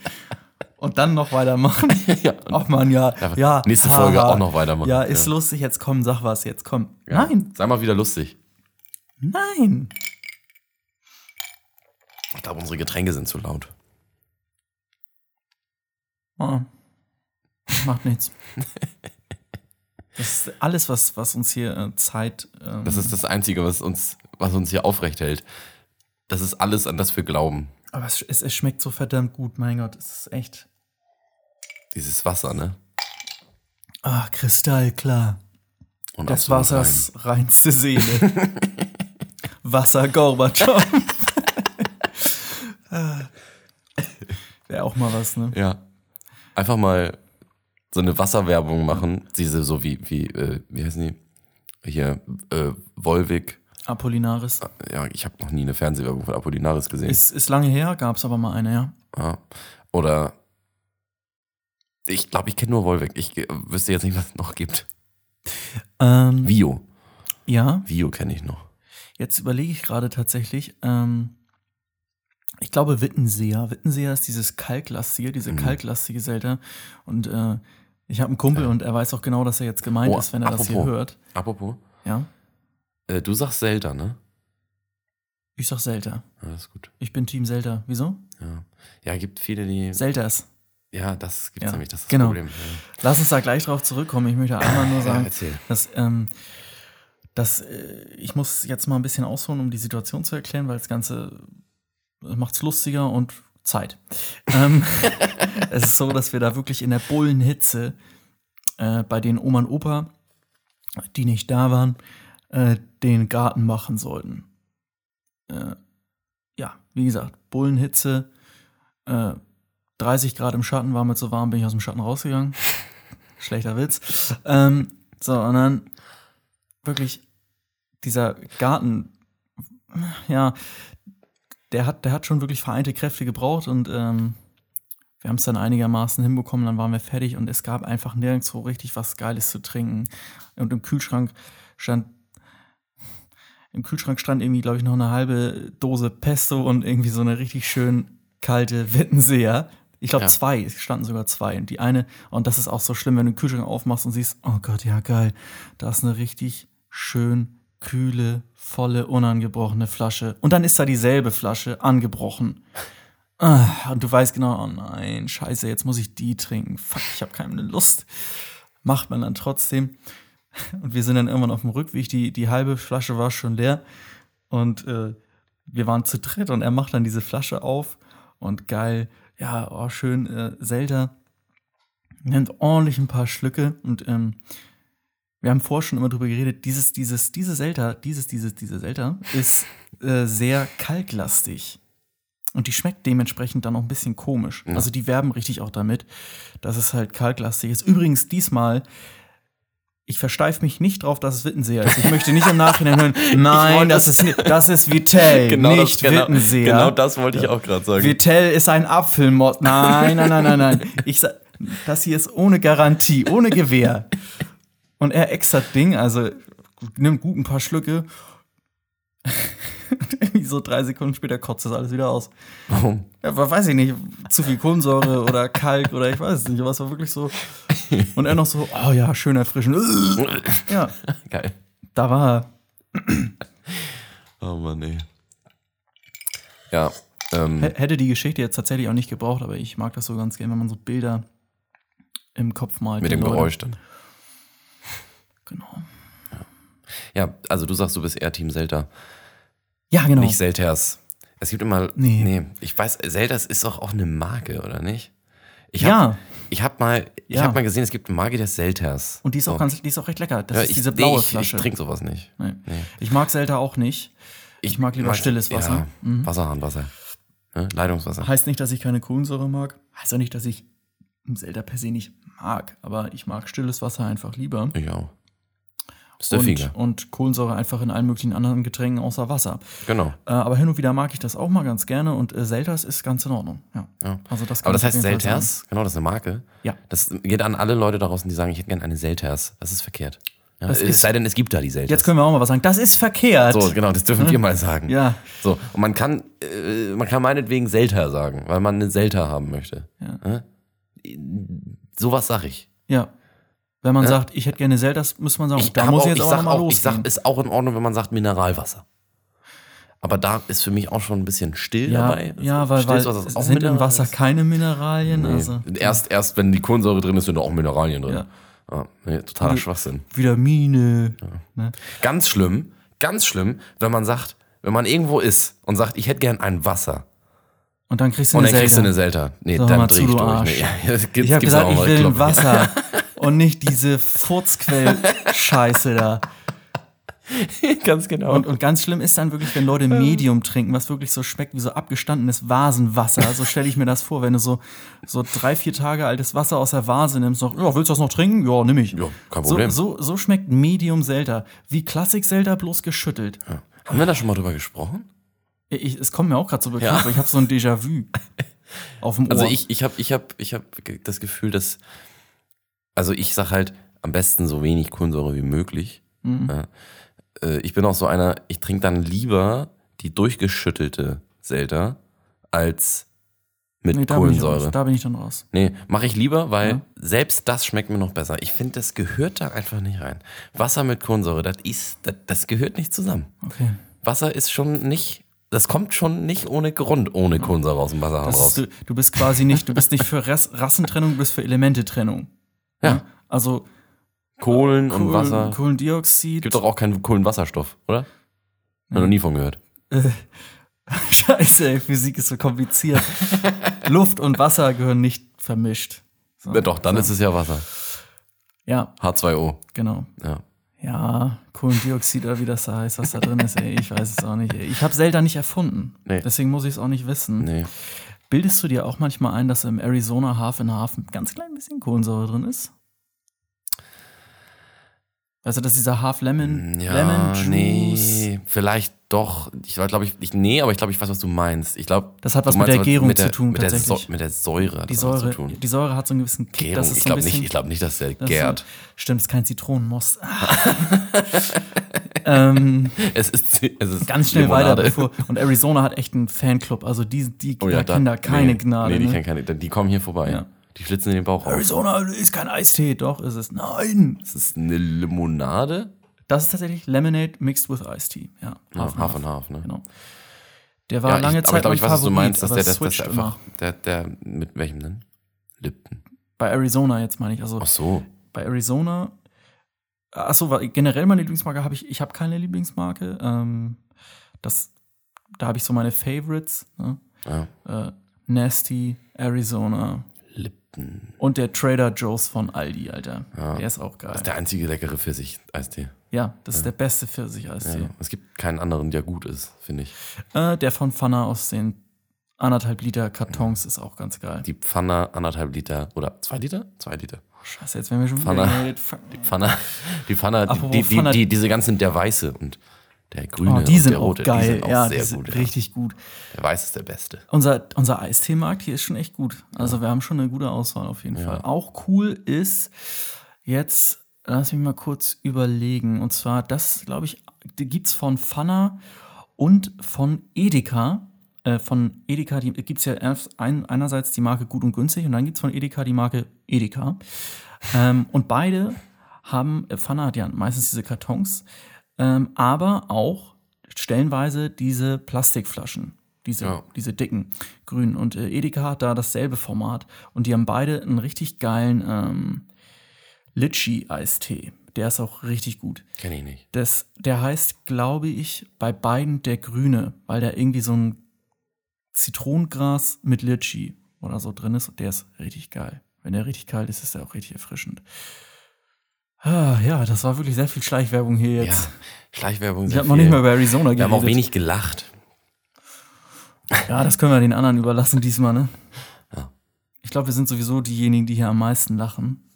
Und dann noch weitermachen.
ja,
Ach man, ja.
Einfach
ja
nächste Folge auch noch weitermachen.
Ja, ist
Ja.
lustig, jetzt komm, sag was, jetzt komm.
ja.
Nein,
Sei mal wieder lustig.
nein.
Ich glaube, unsere Getränke sind zu laut.
Oh. Macht nichts. Das ist alles, was, was uns hier äh, Zeit. Ähm,
Das ist das Einzige, was uns, was uns hier aufrecht hält. Das ist alles, an das wir glauben.
aber es, es, es schmeckt so verdammt gut, mein Gott, es ist echt.
Dieses Wasser, ne?
Ach, ah, kristallklar.
Und
Das
absolut
Wassers reinste Seele. Wasser Gorbatschow. Wäre auch mal was, ne?
rein. Ja. Einfach mal so eine Wasserwerbung machen. Diese, so wie, wie, äh, wie heißen die? Hier, äh, Volvic.
Apollinaris.
Ja, ich habe noch nie eine Fernsehwerbung von Apollinaris gesehen.
Ist, ist lange her, gab es aber mal eine, ja.
Ja. Oder ich glaube, ich kenne nur Wolweg. Ich äh, wüsste jetzt nicht, was es noch gibt.
Ähm,
Vio.
Ja,
Vio kenne ich noch.
jetzt überlege ich gerade tatsächlich. Ähm, ich glaube Wittenseer. Wittenseer ist dieses Kalklastier, diese
Mhm.
kalklastige Selter. Und äh, ich habe einen Kumpel
Ja.
und er weiß auch genau, dass er jetzt gemeint
Oh,
ist, wenn er das hier
apropos.
hört.
Apropos,
Ja,
äh, du sagst Zelda, ne?
ich sag Selter.
Ja, das ist gut.
Ich bin Team Selter. Wieso?
Ja, ja gibt viele, die.
Zelters.
ja, das gibt's
Ja,
nämlich. Das ist
genau.
das Problem. Ja.
Lass uns da gleich drauf zurückkommen. Ich möchte einmal nur
Ja,
sagen,
erzähl.
dass, ähm, dass äh, ich muss jetzt mal ein bisschen ausholen, um die Situation zu erklären, weil das Ganze äh, macht's lustiger und Zeit. ähm, es ist so, dass wir da wirklich in der Bullenhitze äh, bei den Oma und Opa, die nicht da waren, äh, den Garten machen sollten. Äh, ja, wie gesagt, Bullenhitze, äh, 30 Grad im Schatten, war mir zu warm, bin ich aus dem Schatten rausgegangen. Schlechter Witz. Ähm, so, und dann wirklich dieser Garten, ja, der hat, der hat schon wirklich vereinte Kräfte gebraucht und ähm, wir haben es dann einigermaßen hinbekommen, dann waren wir fertig und es gab einfach nirgendwo richtig was Geiles zu trinken. Und im Kühlschrank stand, im Kühlschrank stand irgendwie, glaube ich, noch eine halbe Dose Pesto und irgendwie so eine richtig schön kalte Wettenseer. Ich glaube,
Ja.
zwei, es standen sogar zwei. Und die eine, und das ist auch so schlimm, wenn du den Kühlschrank aufmachst und siehst, oh Gott, ja geil, da ist eine richtig schön kühle, volle, unangebrochene Flasche. Und dann ist da dieselbe Flasche angebrochen. Ah, Und du weißt genau, oh nein, scheiße, jetzt muss ich die trinken. Fuck, ich habe keine Lust. Macht man dann trotzdem. Und wir sind dann irgendwann auf dem Rückweg. Die, die halbe Flasche war schon leer. Und äh, wir waren zu dritt und er macht dann diese Flasche auf. Und geil, ja, oh, schön, äh, Zelda nimmt ordentlich ein paar Schlücke. Und ähm, wir haben vorher schon immer drüber geredet, dieses, dieses, diese Zelda, dieses, dieses, diese Zelda ist äh, sehr kalklastig. Und die schmeckt dementsprechend dann auch ein bisschen komisch.
Ja.
Also die werben richtig auch damit, dass es halt kalklastig ist. Übrigens diesmal, ich versteife mich nicht drauf, dass es Wittenseer ist. Ich möchte nicht im Nachhinein hören, nein, das ist, ni- das ist
Äh,
Vitell, Äh, nicht Wittenseer.
genau das wollte ich auch gerade sagen.
Vitell ist ein Apfelmord. Nein, nein, nein, nein, nein. Ich sa- das hier ist ohne Garantie, ohne Gewehr. Und er ext das Ding, also nimmt gut ein paar Schlücke. Und irgendwie so drei Sekunden später kotzt das alles wieder aus.
Warum?
Ja, wa- weiß ich nicht, zu viel Kohlensäure oder Kalk oder ich weiß es nicht, aber es war wirklich so. Und er noch so, oh ja, schön erfrischend. Ja,
Geil.
da war er.
Oh Mann, ey. Ja. Ähm,
H- Hätte die Geschichte jetzt tatsächlich auch nicht gebraucht, aber ich mag das so ganz gern, wenn man so Bilder im Kopf malt.
mit
die
dem
Leute-
Geräusch dann.
Genau.
Ja, also du sagst, du bist eher Team Zelda.
Ja, genau.
Nicht Selters. Es gibt immer.
Nee.
Nee. ich weiß, Selters ist doch auch eine Marke, oder nicht? Ich
Ja.
Hab, ich habe mal, ich
Ja.
hab mal gesehen, es gibt eine Marke der Selters.
Und die ist, auch
So.
ganz, die ist auch recht lecker. Das
Oh. Ja,
ist
ich-
diese
nee,
blaue
ich,
Flasche.
Ich trinke sowas nicht.
nee. ich mag Selta auch nicht. Ich mag lieber stilles Wasser. Mhm. Halt.
Ja, Wasserhahnwasser. Ne? Leitungswasser.
Heißt nicht, dass ich keine Kohlensäure mag. Heißt auch nicht, dass ich Selta per se nicht mag. Aber ich mag stilles Wasser einfach lieber.
Ich auch. Ist der
Und,
Finger.
und Kohlensäure einfach in allen möglichen anderen Getränken außer Wasser.
Genau.
Äh, aber hin und wieder mag ich das auch mal ganz gerne und äh, Selters ist ganz in Ordnung. Ja.
Ja.
Also das kann
Aber das
ich auf
heißt
jeden Fall
Selters, genau, das ist eine Marke.
Ja.
Das geht an alle Leute da draußen, die sagen, ich hätte gerne eine Selters. Das ist verkehrt. Ja,
Das
es
ist-
sei denn, es gibt da die Selters.
Jetzt können wir auch mal was sagen. Das ist verkehrt.
So, genau, das dürfen wir mal sagen.
Ja.
So, und man kann, äh, man kann meinetwegen Selta sagen, weil man eine Selta haben möchte.
Ja.
Ne? Sowas sag ich.
Ja. Wenn man sagt, ich hätte gerne Selters, muss man sagen,
Ich,
da
hab
muss
auch,
ich jetzt
ich
auch
sag
nochmal
auch, ich
loslegen.
sag, ist auch in Ordnung, wenn man sagt Mineralwasser. Aber da ist für mich auch schon ein bisschen still
ja,
dabei. Also,
ja, weil, weil
Stilles Wasser ist auch
sind im
Mineral-
Wasser keine Mineralien.
Nee.
Also
erst, erst, wenn die Kohlensäure drin ist, sind da auch Mineralien drin.
Ja.
Ah, nee, totaler Schwachsinn.
Vitamine. Ne?
Ganz schlimm, ganz schlimm, wenn man sagt, wenn man irgendwo ist und sagt, ich hätte gern ein Wasser.
Und dann kriegst du
Und
eine
Oh, dann kriegst du
Selta.
eine Selta. Nee,
genau. Sag mal
dann
zu,
dreh ich
du
durch.
Arsch.
Nee, das gibt's-
Ich habe
gibt's
gesagt,
auch
ich
mal
will ein
Kloppen.
Wasser. und nicht diese Furzquell-Scheiße da.
Ganz genau.
Und, und ganz schlimm ist dann wirklich, wenn Leute Medium trinken, was wirklich so schmeckt wie so abgestandenes Vasenwasser. So stelle ich mir das vor, wenn du so, so drei, vier Tage altes Wasser aus der Vase nimmst. Noch, ja, willst du das noch trinken? Ja, nimm ich.
Ja, kein
so,
Problem.
so, so schmeckt Medium Selta. Wie Klassik Selta bloß geschüttelt.
Ja. Haben wir da schon mal drüber gesprochen?
Ich, es kommt mir auch gerade so bekannt
Ja.
vor. Ich habe so ein Déjà-vu auf dem Ohr.
Also ich, ich habe ich hab, ich hab ge- das Gefühl, dass, also ich sag halt, am besten so wenig Kohlensäure wie möglich.
Mhm.
Ja. Äh, Ich bin auch so einer, ich trinke dann lieber die durchgeschüttelte Selta als mit
Nee, da bin, ich raus.
Kohlensäure.
da bin ich dann raus.
Nee, mache ich lieber, weil
Ja.
selbst das schmeckt mir noch besser. Ich finde, das gehört da einfach nicht rein. Wasser mit Kohlensäure, das ist, das, das gehört nicht zusammen.
Okay.
Wasser ist schon nicht, das kommt schon nicht ohne Grund ohne Kohlensäure aus dem Wasserhahn
Das ist,
raus.
du, du bist quasi nicht, du bist nicht für Rass, Rassentrennung, du bist für Elementetrennung.
Ja.
Also
Kohlen und
Kohlen-
Wasser.
Kohlendioxid.
Gibt doch auch keinen Kohlenwasserstoff, oder? Hab noch nie von gehört.
Scheiße, ey, Physik ist so kompliziert. Luft und Wasser gehören nicht vermischt. So.
Ja, doch, dann ist es ja Wasser.
Ja,
H2O.
genau.
Ja.
Ja, Kohlendioxid oder wie das da heißt, was da drin ist, ey, ich weiß es auch nicht. Ey. Ich habe Zelda nicht erfunden.
Nee.
Deswegen muss ich es auch nicht wissen.
Nee.
Bildest du dir auch manchmal ein, dass im Arizona Hafen Hafen ganz klein bisschen Kohlensäure drin ist? Also, dass dieser Half Lemon, Lemon Juice.
Mm, nee. Vielleicht doch. Ich glaube, ich, ich. Nee, aber ich glaube, ich weiß, was du meinst. Ich glaube,
Das hat was
du
mit
meinst
der
aber
Gärung zu tun,
mit der,
tatsächlich.
mit der Säure hat
Die
das was
Säure,
zu tun.
die Säure hat so einen gewissen Kick.
Gärung,
ist
ich
so ein
glaube nicht,
bisschen-
ich glaube nicht, dass der
Das
gärt.
Ist, stimmt, ist kein Zitronenmost. ähm,
Es ist, es ist
ganz schnell
Limonade.
weiter. Bevor, und Arizona hat echt einen Fanclub. Also die, die
Oh ja,
da Kinder
da-
keine
nee,
Gnade.
Nee, die,
ne?
kennen keine, die kommen hier vorbei.
Ja.
Die schlitzen in den Bauch raus.
Arizona ist kein Eistee, doch ist es. Nein.
Es ist eine Limonade.
Das ist tatsächlich Lemonade mixed with Iced Tea. Ja,
Ja, Half and half, ne?
Genau. Der war
Ah, ich-
lange
aber ich
Zeit
glaube,
mein
ich weiß, was du
Favorit,
meinst, dass
aber
der
es
das, das
switcht
einfach.
immer.
Der, der, mit welchem denn? Lipton.
Bei Arizona jetzt meine ich. Also
Ach so.
bei Arizona. Achso, wa- generell meine Lieblingsmarke habe ich. Ich habe keine Lieblingsmarke. Ähm, das, da habe ich so meine Favorites. Ne?
Ja.
Äh, Nasty, Arizona
Lipton.
und der Trader Joe's von Aldi, Alter.
Ja.
Der ist auch geil.
Das ist der einzige leckere Pfirsich-Eistee.
ja, das ist der beste Pfirsich-Eistee.
Ja. Es gibt keinen anderen, der gut ist, finde ich.
Äh, der von Pfanner aus den anderthalb Liter Kartons ist auch ganz geil.
Die Pfanne, anderthalb Liter oder zwei Liter? Zwei Liter.
Scheiße, jetzt werden wir schon
Pfanner.
wieder gemeldet. Fuck.
Pfanne, die Pfanne,
Apropos
die, die,
Pfanne.
die, diese ganzen, der weiße und der grüne
Oh, die
und
sind
der
auch
rote,
geil.
die sind auch
ja,
sehr
die sind
gut. ja.
richtig gut.
Der weiße ist der beste.
Unser, unser Eistee-Markt hier ist schon echt gut. Also wir haben schon eine gute Auswahl auf jeden Fall. Auch cool ist jetzt, lass mich mal kurz überlegen. Und zwar, das glaube ich, die gibt's von Pfanner und von Edeka. Äh, von Edeka die, gibt's ja erst ein, einerseits die Marke Gut und Günstig und dann gibt's von Edeka die Marke Edeka. ähm, und beide haben, äh, Pfanner hat ja meistens diese Kartons, ähm, aber auch stellenweise diese Plastikflaschen. Diese,
Ja.
diese dicken grünen. Und äh, Edeka hat da dasselbe Format. Und die haben beide einen richtig geilen ähm, Litchi-Eistee. Der ist auch richtig gut.
Kenne ich nicht.
Das, der heißt, glaube ich, bei beiden der Grüne, weil da irgendwie so ein Zitronengras mit Litschi oder so drin ist. Und der ist richtig geil. Wenn der richtig kalt ist, ist der auch richtig erfrischend. Ah, ja, das war wirklich sehr viel Schleichwerbung hier jetzt.
Ja, Schleichwerbung.
ich
sehr
habe noch nicht
viel.
mal über Arizona geredet.
Wir haben auch wenig gelacht.
Ja, das können wir den anderen überlassen diesmal, ne?
Ja.
Ich glaube, wir sind sowieso diejenigen, die hier am meisten lachen.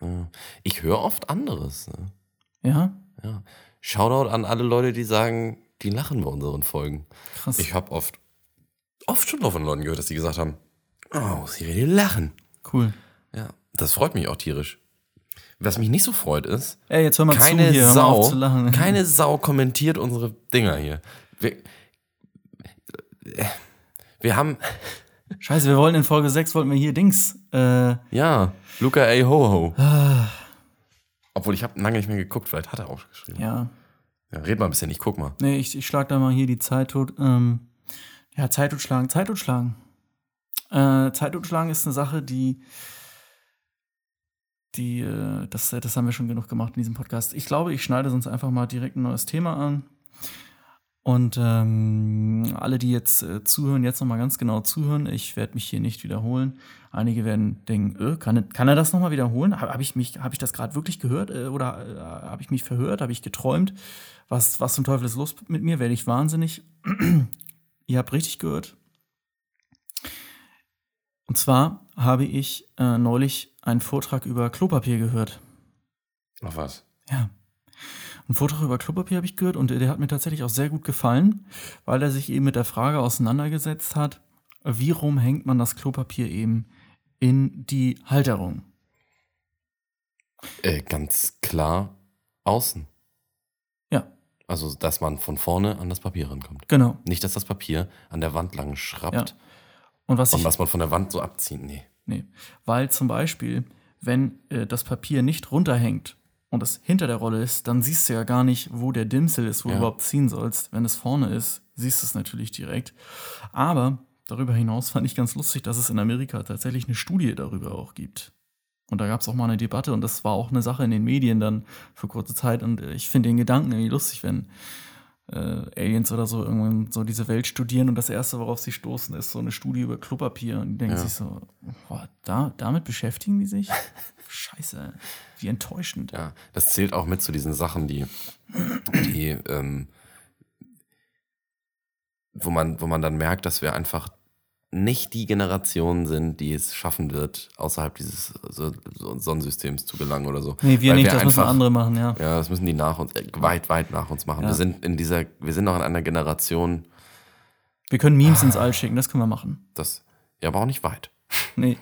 Ja. Ich höre oft anderes. Ne?
Ja?
Ja. Shoutout an alle Leute, die sagen, die lachen bei unseren Folgen.
Krass.
Ich habe oft, oft schon noch von Leuten gehört, dass die gesagt haben, oh, sie reden lachen.
cool.
Ja, das freut mich auch tierisch. Was mich nicht so freut ist,
Ey, jetzt hör mal
keine
zu hier, hör mal auf
Sau,
zu lachen.
keine Sau kommentiert unsere Dinger hier. Wir, wir haben,
Scheiße, wir wollten in Folge 6 wollten wir hier Dings. Äh,
ja, Luca A. Ho Ho. Obwohl, ich habe lange nicht mehr geguckt, vielleicht hat er auch geschrieben.
ja.
Ja, red mal ein bisschen, ich guck mal.
Nee, ich, ich schlag da mal hier die Zeit tot. Ähm, ja, Zeit tot schlagen, Zeit tot schlagen. Äh, Zeit tot schlagen ist eine Sache, die. Die, äh, das, das haben wir schon genug gemacht in diesem Podcast. Ich glaube, ich schneide sonst einfach mal direkt ein neues Thema an. Und ähm, alle, die jetzt äh, zuhören, jetzt nochmal ganz genau zuhören. Ich werde mich hier nicht wiederholen. Einige werden denken, äh, kann, kann er das nochmal wiederholen? Habe hab ich, mich- hab ich das gerade wirklich gehört? Äh, oder äh, habe ich mich verhört? Habe ich geträumt? Was, was zum Teufel ist los mit mir? Werde ich wahnsinnig? Ihr habt richtig gehört. Und zwar habe ich äh, neulich einen Vortrag über Klopapier gehört.
Auf was?
Ja. Einen Vortrag über Klopapier habe ich gehört und der hat mir tatsächlich auch sehr gut gefallen, weil er sich eben mit der Frage auseinandergesetzt hat, wie rum hängt man das Klopapier eben in die Halterung?
Äh, ganz klar außen.
Ja,
Also, dass man von vorne an das Papier rankommt.
genau.
Nicht, dass das Papier an der Wand lang schrappt
Ja. Und was
und
ich.
was man von der Wand so abzieht. Nee.
Nee. Weil zum Beispiel, wenn äh, das Papier nicht runterhängt und es hinter der Rolle ist, dann siehst du ja gar nicht, wo der Dimsel ist, wo
Ja.
du überhaupt ziehen sollst. Wenn es vorne ist, siehst du es natürlich direkt. Aber darüber hinaus fand ich ganz lustig, dass es in Amerika tatsächlich eine Studie darüber auch gibt. Und da gab es auch mal eine Debatte und das war auch eine Sache in den Medien dann für kurze Zeit. Und äh, ich finde den Gedanken irgendwie lustig, wenn äh, Aliens oder so irgendwann so diese Welt studieren und das Erste, worauf sie stoßen, ist so eine Studie über Klopapier. Und die denken
Ja.
sich so, boah, da, damit beschäftigen die sich? Scheiße, wie enttäuschend.
Ja, das zählt auch mit zu diesen Sachen, die, die ähm, wo, man, wo man dann merkt, dass wir einfach nicht die Generation sind, die es schaffen wird, außerhalb dieses so, so Sonnensystems zu gelangen oder so.
Nee, wir
Weil
nicht, das müssen andere machen, ja.
Ja, das müssen die nach uns, äh, weit, weit nach uns machen.
Ja.
Wir sind in dieser, wir sind noch in einer Generation,
Wir können Memes ins All schicken, das können wir machen.
das, ja, aber auch nicht weit.
Nee,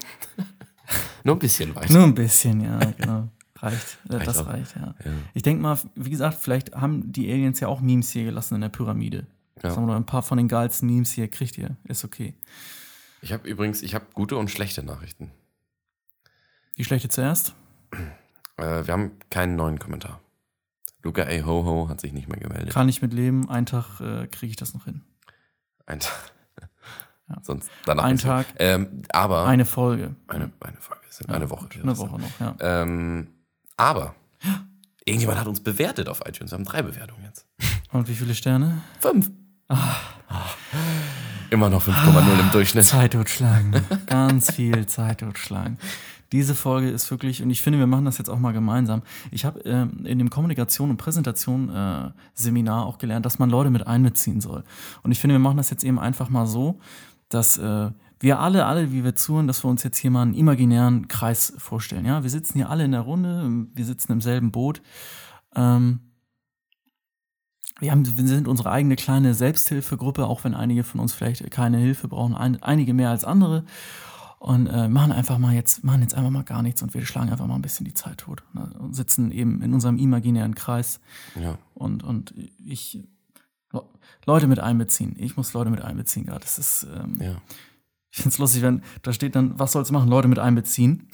Nur ein bisschen weit.
nur ein bisschen, ja, genau. Reicht, Äh,
Reicht
das
auch.
reicht, ja.
Ja.
Ich denke mal, wie gesagt, vielleicht haben die Aliens ja auch Memes hier gelassen in der Pyramide. Das haben wir doch ein paar von den geilsten Memes hier, kriegt ihr, ist okay.
Ich habe übrigens, ich habe gute und schlechte Nachrichten.
Die schlechte zuerst?
Äh, wir haben keinen neuen Kommentar. Luca A. Ho Ho hat sich nicht mehr gemeldet.
Kann ich mit leben, einen Tag äh, kriege ich das noch hin.
Ein Tag.
Ja.
Sonst danach.
Ein
nicht mehr.
Tag.
Ähm, aber.
Eine Folge.
eine, eine Folge. Es Sind eine Woche.
Ja, Eine Woche noch, ja.
Ähm, aber. Irgendjemand hat uns bewertet auf iTunes. Wir haben drei Bewertungen jetzt.
Und wie viele Sterne?
Fünf.
Ah.
Immer noch 5,0 im Durchschnitt.
Zeit totschlagen. Ganz viel Zeit totschlagen. Diese Folge ist wirklich, und ich finde, wir machen das jetzt auch mal gemeinsam. Ich habe ähm, in dem Kommunikation- und Präsentation-Seminar auch gelernt, dass man Leute mit einbeziehen soll. Und ich finde, wir machen das jetzt eben einfach mal so, dass äh, wir alle, alle, wie wir zuhören, dass wir uns jetzt hier mal einen imaginären Kreis vorstellen. Ja, wir sitzen hier alle in der Runde, wir sitzen im selben Boot. Ähm, wir, haben, wir sind unsere eigene kleine Selbsthilfegruppe, auch wenn einige von uns vielleicht keine Hilfe brauchen, ein, einige mehr als andere. Und äh, machen einfach mal jetzt, machen jetzt einfach mal gar nichts und wir schlagen einfach mal ein bisschen die Zeit tot. Ne? Und sitzen eben in unserem imaginären Kreis
Ja.
und, und ich Le- Leute mit einbeziehen. Ich muss Leute mit einbeziehen gerade. Das ist, ähm,
ja.
ich find's lustig, wenn da steht dann, was sollst du machen? Leute mit einbeziehen.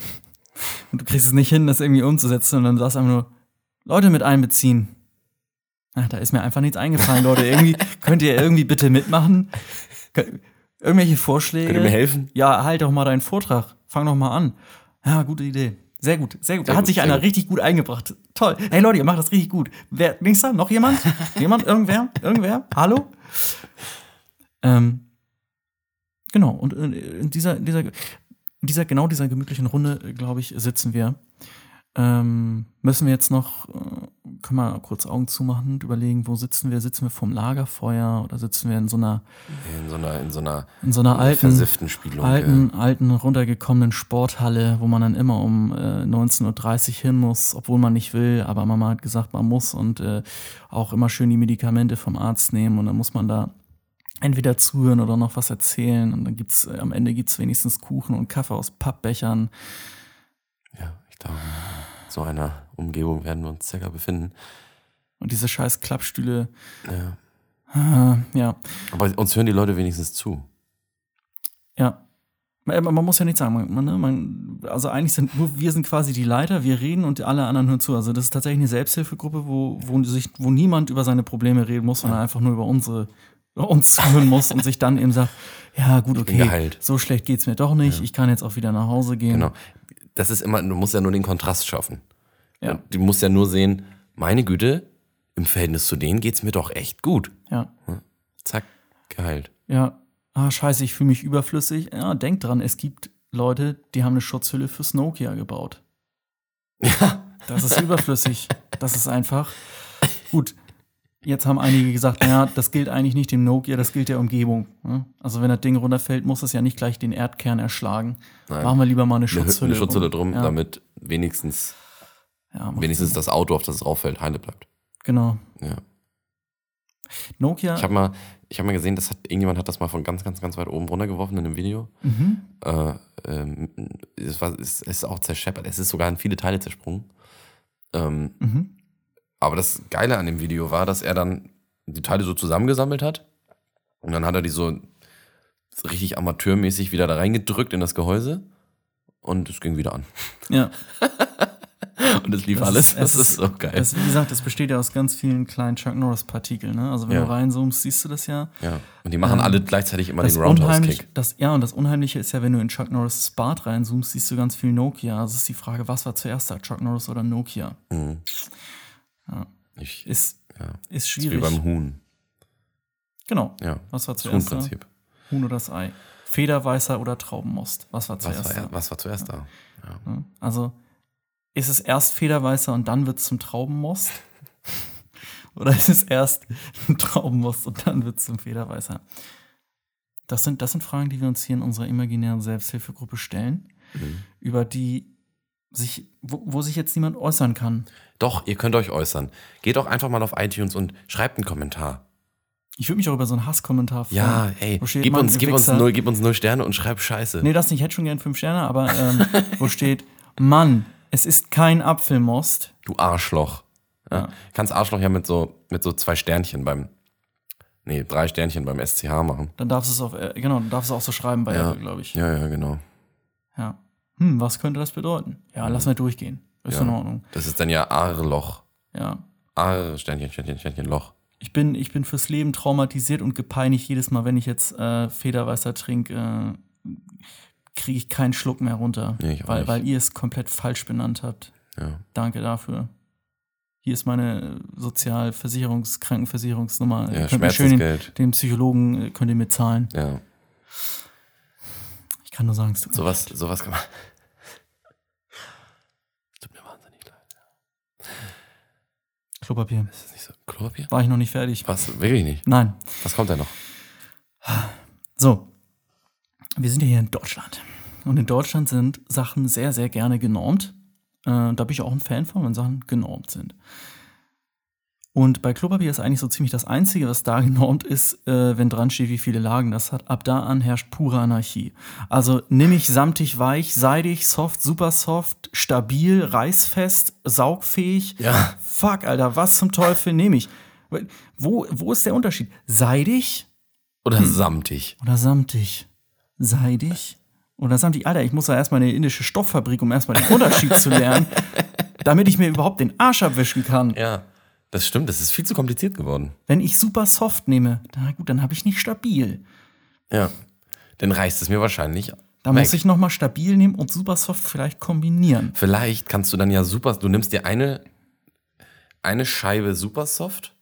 Und du kriegst es nicht hin, das irgendwie umzusetzen und dann sagst du einfach nur, Leute mit einbeziehen. Ach, da ist mir einfach nichts eingefallen, Leute. Irgendwie könnt ihr irgendwie bitte mitmachen. Kö- Irgendwelche Vorschläge.
Könnt ihr mir helfen?
Ja, halt doch mal deinen Vortrag. Fang doch mal an. Ja, gute Idee. Sehr gut, sehr gut. Da
Sehr
hat
gut,
sich
sehr
einer
gut.
richtig gut eingebracht. Toll. Hey Leute, ihr macht das richtig gut. Wer, nächster? Noch jemand? jemand? Irgendwer? Irgendwer? Hallo? Ähm, genau, und in, in dieser, in dieser, in dieser, genau dieser gemütlichen Runde, äh, glaube ich, sitzen wir. Ähm, müssen wir jetzt noch, äh, können wir kurz Augen zumachen und überlegen, wo sitzen wir? Sitzen wir vorm Lagerfeuer oder sitzen wir in so einer,
In so einer, in so einer,
in so einer alten,
versifften Spielung.
alten, alten, runtergekommenen Sporthalle, wo man dann immer um äh, 19.30 Uhr hin muss, obwohl man nicht will, aber Mama hat gesagt, man muss und äh, auch immer schön die Medikamente vom Arzt nehmen und dann muss man da entweder zuhören oder noch was erzählen und dann gibt's, äh, am Ende gibt's wenigstens Kuchen und Kaffee aus Pappbechern.
Ja, ich glaube, in so einer Umgebung werden wir uns circa befinden.
Und diese scheiß Klappstühle,
Ja.
äh, ja,
Aber uns hören die Leute wenigstens zu.
ja. Man, man man muss ja nichts sagen. Man, man, ne, man, also eigentlich sind nur wir sind quasi die Leiter, wir reden und alle anderen hören zu. Also das ist tatsächlich eine Selbsthilfegruppe, wo, wo, sich, wo niemand über seine Probleme reden muss, sondern einfach nur über unsere über uns zuhören muss und sich dann eben sagt, ja gut,
bin
okay,
geheilt.
so schlecht geht's mir doch nicht, ich kann jetzt auch wieder nach Hause gehen.
Genau. Das ist immer, du musst ja nur den Kontrast schaffen.
Ja.
Und Du musst ja nur sehen, meine Güte, im Verhältnis zu denen geht's mir doch echt gut.
Ja.
Zack, geheilt.
Ja, ah, scheiße, ich fühle mich überflüssig. Ja, denk dran, es gibt Leute, die haben eine Schutzhülle fürs Nokia gebaut.
Ja.
Das ist überflüssig. Das ist einfach. Gut, jetzt haben einige gesagt, naja, das gilt eigentlich nicht dem Nokia, das gilt der Umgebung. ne? Also wenn das Ding runterfällt, muss es ja nicht gleich den Erdkern erschlagen.
Nein.
Machen wir lieber mal eine
Eine Hü-
Schutzhülle.
eine Schutzhülle
um-
drum,
ja,
damit wenigstens,
ja, macht
wenigstens das Auto, auf das es rauffällt, heile bleibt.
Sinn. Genau.
Ja.
Nokia.
Ich habe mal, ich hab mal gesehen, das hat, irgendjemand hat das mal von ganz, ganz, ganz weit oben runtergeworfen in einem Video.
mhm.
Äh, ähm, es, war, es ist auch zerscheppert. Es ist sogar in viele Teile zersprungen. Ähm,
Mhm.
Aber das Geile an dem Video war, dass er dann die Teile so zusammengesammelt hat und dann hat er die so richtig amateurmäßig wieder da reingedrückt in das Gehäuse und es ging wieder an.
Ja,
Und es lief
Das
alles.
ist-
das
es-
ist so geil.
das, wie gesagt, das besteht ja aus ganz vielen kleinen Chuck Norris-Partikeln. Ne? Also wenn
Ja.
du reinzoomst, siehst du das ja.
ja. Und die machen
Ähm,
alle gleichzeitig immer
Das
den Roundhouse-Kick.
Unheimlich- Das, ja, und das Unheimliche ist ja, wenn du in Chuck Norris Bart reinzoomst, siehst du ganz viel Nokia. Also ist die Frage, was war zuerst da, Chuck Norris oder Nokia?
Mhm.
Ja.
Ich,
Ist,
ja.
ist
ist wie
schwierig.
beim Huhn.
genau.
Ja.
Was war
Das
zuerst da?
Huhn-Prinzip.
Huhn oder das Ei? Federweißer oder Traubenmost? Was war zuerst
Was, war-
da?
was war zuerst da? Ja.
Ne? Also ist es erst Federweißer und dann wird es zum Traubenmost? Oder ist es erst ein Traubenmost und dann wird es zum Federweißer? Das sind, das sind Fragen, die wir uns hier in unserer imaginären Selbsthilfegruppe stellen,
Mhm.
über die sich, wo, wo sich jetzt niemand äußern kann.
Doch, ihr könnt euch äußern. Geht doch einfach mal auf iTunes und schreibt einen Kommentar.
Ich würde mich auch über so einen Hasskommentar freuen.
Ja, ey,
Wo steht,
gib
Mann,
uns,
ihr
gib, uns
Wichser.
null, gib uns null Sterne und schreib Scheiße.
Nee, das nicht. Ich hätte schon gern fünf Sterne, aber ähm, wo steht, Mann, es ist kein Apfelmost.
Du Arschloch. Ja.
Ja.
Kannst Arschloch ja mit so, mit so zwei Sternchen beim, nee, drei Sternchen beim SCH machen.
Dann darfst du es auf, äh, genau, dann darfst du es auch so schreiben bei
Ja.
Apple, glaube ich.
Ja, ja, genau.
Ja. Hm, was könnte das bedeuten? Ja, lass mal durchgehen. Ist
Ja.
in Ordnung.
Das ist dann ja Arloch.
Ja.
Ar, Sternchen, Sternchen, Sternchen, Loch.
Ich bin, ich bin fürs Leben traumatisiert und gepeinigt jedes Mal, wenn ich jetzt äh, Federweißer trinke, äh, kriege ich keinen Schluck mehr runter.
Nee, ich auch
weil,
nicht.
weil ihr es komplett falsch benannt habt.
Ja.
Danke dafür. Hier ist meine Sozialversicherungs-, Krankenversicherungsnummer.
Ja,
Ihr könnt mir schön den,
Schmerzensgeld.
den Psychologen äh, könnt ihr mir zahlen.
Ja.
Ich kann nur sagen, es tut mir
Sowas, sowas kann man. Tut mir wahnsinnig leid.
leid. Klopapier.
Ist das nicht so? Klopapier?
War ich noch nicht fertig?
Was? Wirklich nicht.
Nein.
Was kommt denn noch?
So, wir sind ja hier in Deutschland. Und in Deutschland sind Sachen sehr, sehr gerne genormt. Äh, da bin ich auch ein Fan von, wenn Sachen genormt sind. Und bei Klopapier ist eigentlich so ziemlich das Einzige, was da genormt ist, äh, wenn dran steht, wie viele Lagen das hat. Ab da an herrscht pure Anarchie. Also nimmig, samtig, weich, seidig, soft, super soft, stabil, reißfest, saugfähig.
Ja.
Fuck, Alter, was zum Teufel nehme ich? Wo, wo ist der Unterschied? Seidig?
Oder samtig.
Oder samtig?
Äh,
Seidig? Oder samtig? Alter, ich muss ja erstmal in eine indische Stofffabrik, um erstmal den Unterschied zu lernen, damit ich mir überhaupt den Arsch abwischen kann.
Ja. Das stimmt, das ist viel zu kompliziert geworden.
Wenn ich super soft nehme, na gut, dann habe ich nicht stabil.
Ja. Dann reißt es mir wahrscheinlich.
Da
weg.
muss ich nochmal stabil nehmen und super soft vielleicht kombinieren.
Vielleicht kannst du dann ja super. Du nimmst dir eine, eine Scheibe Supersoft,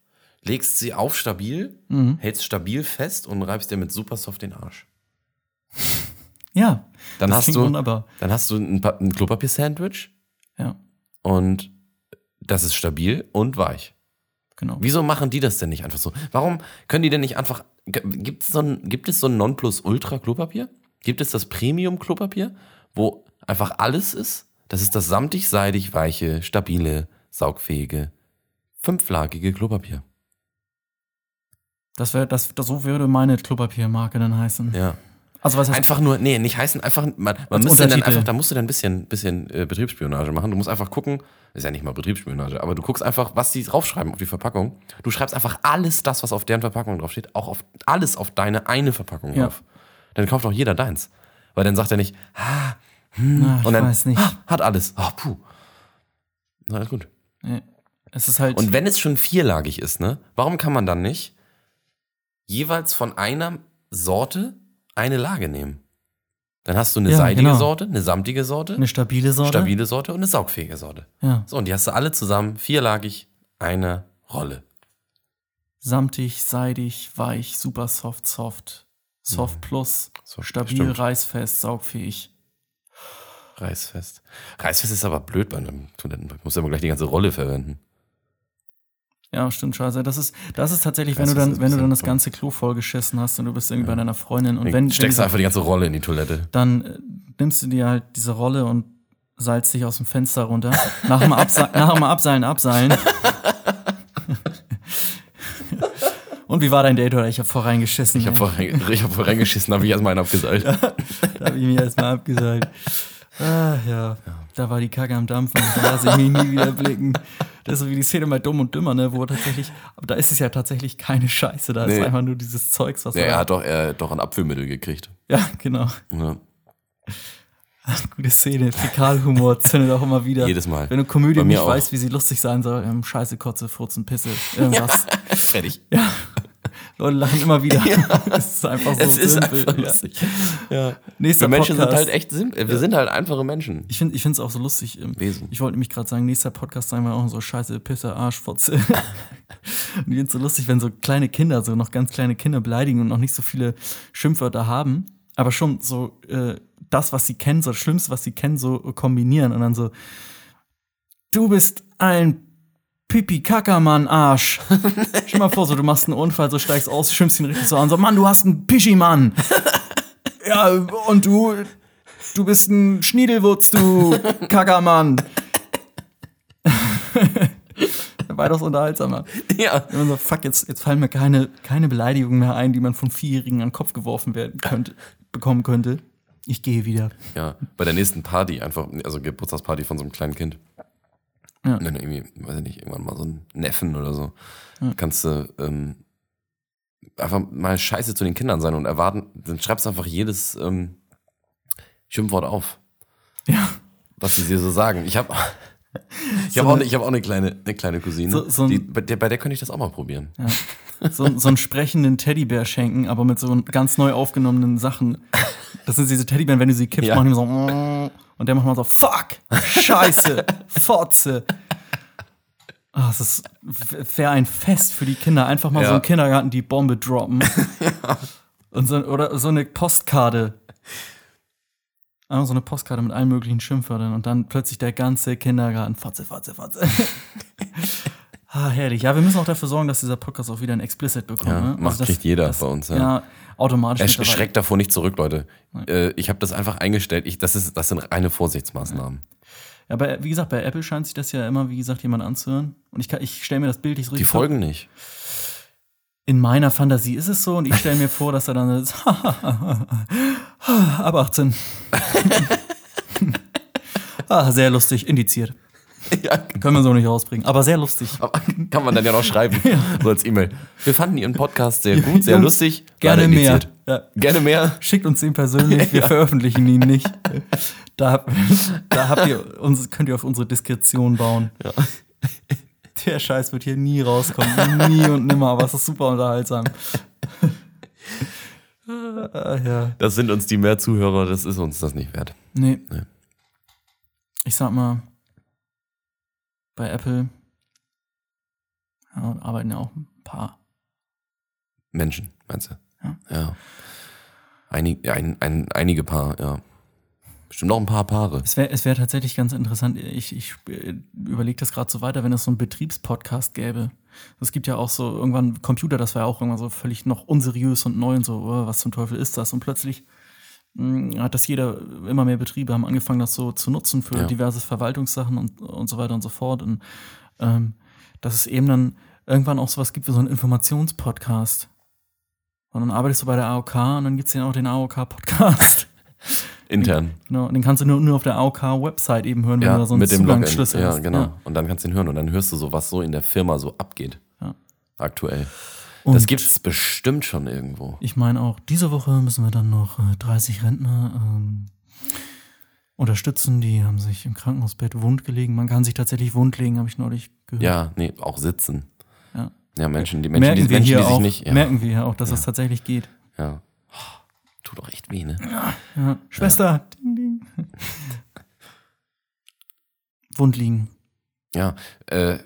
legst sie auf stabil,
Mhm.
hältst stabil fest und reibst dir mit Supersoft den Arsch.
Ja,
Dann
das
hast
klingt
du,
wunderbar.
dann hast du ein, Pa- ein Klopapier-Sandwich
Ja,
und das ist stabil und weich.
genau.
Wieso machen die das denn nicht einfach so? Warum können die denn nicht einfach. Gibt's so ein, gibt es so ein Nonplus-Ultra-Klopapier? Gibt es das Premium-Klopapier, wo einfach alles ist? Das ist das samtig-seidig weiche, stabile, saugfähige, fünflagige Klopapier.
Das wäre, das, das, so würde meine Klopapiermarke dann heißen.
Ja.
Also was heißt
Einfach nur, nee, nicht heißen, einfach, man, man
Als
müsste dann
Untertitel.
einfach, da musst du dann ein bisschen, bisschen äh, Betriebsspionage machen. Du musst einfach gucken, ist ja nicht mal Betriebsspionage, aber du guckst einfach, was die draufschreiben auf die Verpackung. Du schreibst einfach alles das, was auf deren Verpackung draufsteht, auch auf alles auf deine eine Verpackung
Ja.
drauf. Dann kauft auch jeder deins. Weil dann sagt er nicht, ah, hm,
Na, ich
und dann,
weiß nicht.
Ah, hat alles. Ah, puh. Na, alles gut.
Nee. Es ist halt.
Und wenn es schon vierlagig ist, ne, warum kann man dann nicht jeweils von einer Sorte eine Lage nehmen? Dann hast du eine
Ja,
seidige
genau.
Sorte, eine samtige Sorte,
eine
eine
stabile Sorte.
stabile Sorte und eine saugfähige Sorte.
Ja.
So, und die hast du alle zusammen vierlagig, eine Rolle.
samtig, seidig, weich, super soft, soft, soft plus,
So,
stabil,
Mhm. stimmt.
reißfest, saugfähig.
Reißfest. Reißfest ist aber blöd bei einem Toilettenpapier. Muss ja immer gleich die ganze Rolle verwenden.
Ja, stimmt, scheiße. Das ist, das ist tatsächlich, wenn
Das
du
ist
dann,
ein
wenn du dann
bisschen
das ganze Klo vollgeschissen hast und du bist irgendwie bei deiner Freundin und
Dann
wenn, wenn
steckst du
diese,
einfach die ganze Rolle in die Toilette.
dann äh, nimmst du dir halt diese Rolle und salzt dich aus dem Fenster runter. Nach dem, Abse nach dem Abseilen, Abseilen. und wie war dein Date heute? Ich habe voll reingeschissen.
Ich habe voll, rein- ich hab voll reingeschissen, habe ich erstmal einen abgeseilt.
Da habe ich mich erstmal abgesagt. Ah, ja. Da war die Kacke am Dampfen. Da lasse ich mich nie wieder blicken. Das ist so wie die Szene bei Dumm und Dümmer, ne, wo tatsächlich, aber da ist es ja tatsächlich keine Scheiße. Da ist
Nee.
einfach nur dieses Zeugs, was
Ja, er
da-
hat doch, er hat doch ein Abführmittel gekriegt. Ne?
ja, genau.
Ja.
Gute Szene. Fäkalhumor zündet auch immer wieder.
Jedes Mal.
Wenn du Komödie
Bei mir
nicht
auch.
weißt, wie sie lustig sein soll, ähm, Scheiße, Kotze, Furzen, Pisse, irgendwas.
Fertig.
Leute lachen immer wieder. Es ist einfach so
es ist
simpel.
einfach
ja.
lustig. Ja.
Nächster
Wir Menschen sind
Podcast.
halt echt simpel. Wir sind halt einfache Menschen.
Ich finde es auch so lustig. ähm,
Wesen.
Ich wollte nämlich gerade sagen, nächster Podcast sagen wir auch so Scheiße, Pisse, Arsch, Fotze. und ich finde so lustig, wenn so kleine Kinder, so noch ganz kleine Kinder beleidigen und noch nicht so viele Schimpfwörter haben, aber schon so äh, das, was sie kennen, so das Schlimmste, was sie kennen, so kombinieren und dann so, du bist ein pipi kackermann arsch Stell mal vor, so du machst einen Unfall, so steigst aus, schimpfst ihn richtig so an, so, Mann, du hast einen Pischimann. ja, und du, du bist ein Schniedelwurz, du Kackermann. Weitaus unterhaltsamer.
Ja.
Wenn man so, fuck, jetzt, jetzt fallen mir keine, keine Beleidigungen mehr ein, die man von Vierjährigen an den Kopf geworfen werden könnte, bekommen könnte. Ich gehe wieder.
Ja, bei der nächsten Party einfach, also Geburtstagsparty von so einem kleinen Kind.
Ja.
Ja. Dann irgendwie, weiß ich nicht, irgendwann mal so einen Neffen oder so. Kannst du ähm, einfach mal scheiße zu den Kindern sein und erwarten, dann schreibst du einfach jedes ähm, Schimpfwort auf,
Ja.
was sie dir so sagen. Ich habe ich
So
hab auch,
eine-
ne, ich hab auch eine, kleine, eine kleine Cousine,
So- so ein-
die, bei, der, bei der könnte ich das auch mal probieren.
So, so einen sprechenden Teddybär schenken, aber mit so ganz neu aufgenommenen Sachen. Das sind diese Teddybären, wenn du sie kippst,
Ja.
machen die so. Und der macht mal so, fuck, scheiße, Fotze. Ah, es ist wäre ein Fest für die Kinder. Einfach mal
Ja.
so im Kindergarten die Bombe droppen. Und so, oder so eine Postkarte. Einfach so eine Postkarte mit allen möglichen Schimpfwörtern und dann plötzlich der ganze Kindergarten. Fotze, Fotze, Fotze. ah, herrlich. Ja, wir müssen auch dafür sorgen, dass dieser Podcast auch wieder ein Explicit bekommt.
Ja,
ne?
macht-
das,
kriegt jeder bei uns,
Ja,
ja.
automatisch.
Er
mit dabei.
Äh, schreckt davor nicht zurück, Leute. Äh, ich habe das einfach eingestellt. Ich, das, ist, das sind reine Vorsichtsmaßnahmen.
Ja, aber wie gesagt, bei Apple scheint sich das ja immer, wie gesagt, jemand anzuhören. Und ich, kann- ich stelle mir das bildlich so
Die
richtig vor.
folgen nicht.
In meiner Fantasie ist es so und ich stelle mir vor, dass er dann ist. Ab 18. ah, sehr lustig, indiziert.
ja,
Können wir so nicht rausbringen, aber sehr lustig.
Aber kann man dann ja noch schreiben, so als E-Mail. Wir fanden Ihren Podcast sehr gut, sehr
Jungs,
lustig.
Gerne
leider
mehr.
indiziert.
Ja.
Gerne mehr.
Schickt uns den persönlich, wir veröffentlichen ihn nicht. Da, hab- da habt ihr uns, könnt ihr auf unsere Diskretion bauen. Der Scheiß wird hier nie rauskommen, nie und nimmer, aber es ist super unterhaltsam. ah, ja.
Das sind uns die mehr Zuhörer, das ist uns das nicht wert.
Nee.
Nee.
Ich sag mal, bei Apple ja, arbeiten ja auch ein paar.
Menschen, meinst du?
Ja.
ja. Einig, ein, ein, einige Paar, ja. Bestimmt noch ein paar Paare.
Es wäre es wär tatsächlich ganz interessant, ich, ich überlege das gerade so weiter, wenn es so einen Betriebspodcast gäbe. Es gibt ja auch so irgendwann Computer, das war ja auch irgendwann so völlig noch unseriös und neu und so, oh, was zum Teufel ist das? Und plötzlich mh, hat das jeder, immer mehr Betriebe haben angefangen, das so zu nutzen für
Ja.
diverse Verwaltungssachen und, und so weiter und so fort. Und ähm, dass es eben dann irgendwann auch sowas gibt wie so einen Informationspodcast. Und dann arbeitest du bei der AOK und dann gibt es den auch den AOK-Podcast.
Intern.
Genau, und den kannst du nur, nur auf der AOK-Website eben hören, wenn du
Ja,
da so einen
mit dem Login.
Zugangsschlüssel
Ja,
hast.
genau.
Ja.
Und dann kannst du ihn hören und dann hörst du so, was so in der Firma so abgeht.
Ja.
Aktuell.
Und
das gibt es bestimmt schon irgendwo.
Ich meine auch, diese Woche müssen wir dann noch äh, 30 Rentner ähm, unterstützen. Die haben sich im Krankenhausbett wund gelegen. Man kann sich tatsächlich wund legen, habe ich neulich gehört.
Ja, nee, auch sitzen.
Ja.
Ja, Menschen, die Menschen,
merken
die,
wir
Menschen,
hier
die sich
auch,
nicht. Ja.
merken wir hier auch, dass das tatsächlich geht.
Ja. Tut doch echt weh, ne?
Ja. Schwester, ding, ding. wund liegen.
Ja, äh,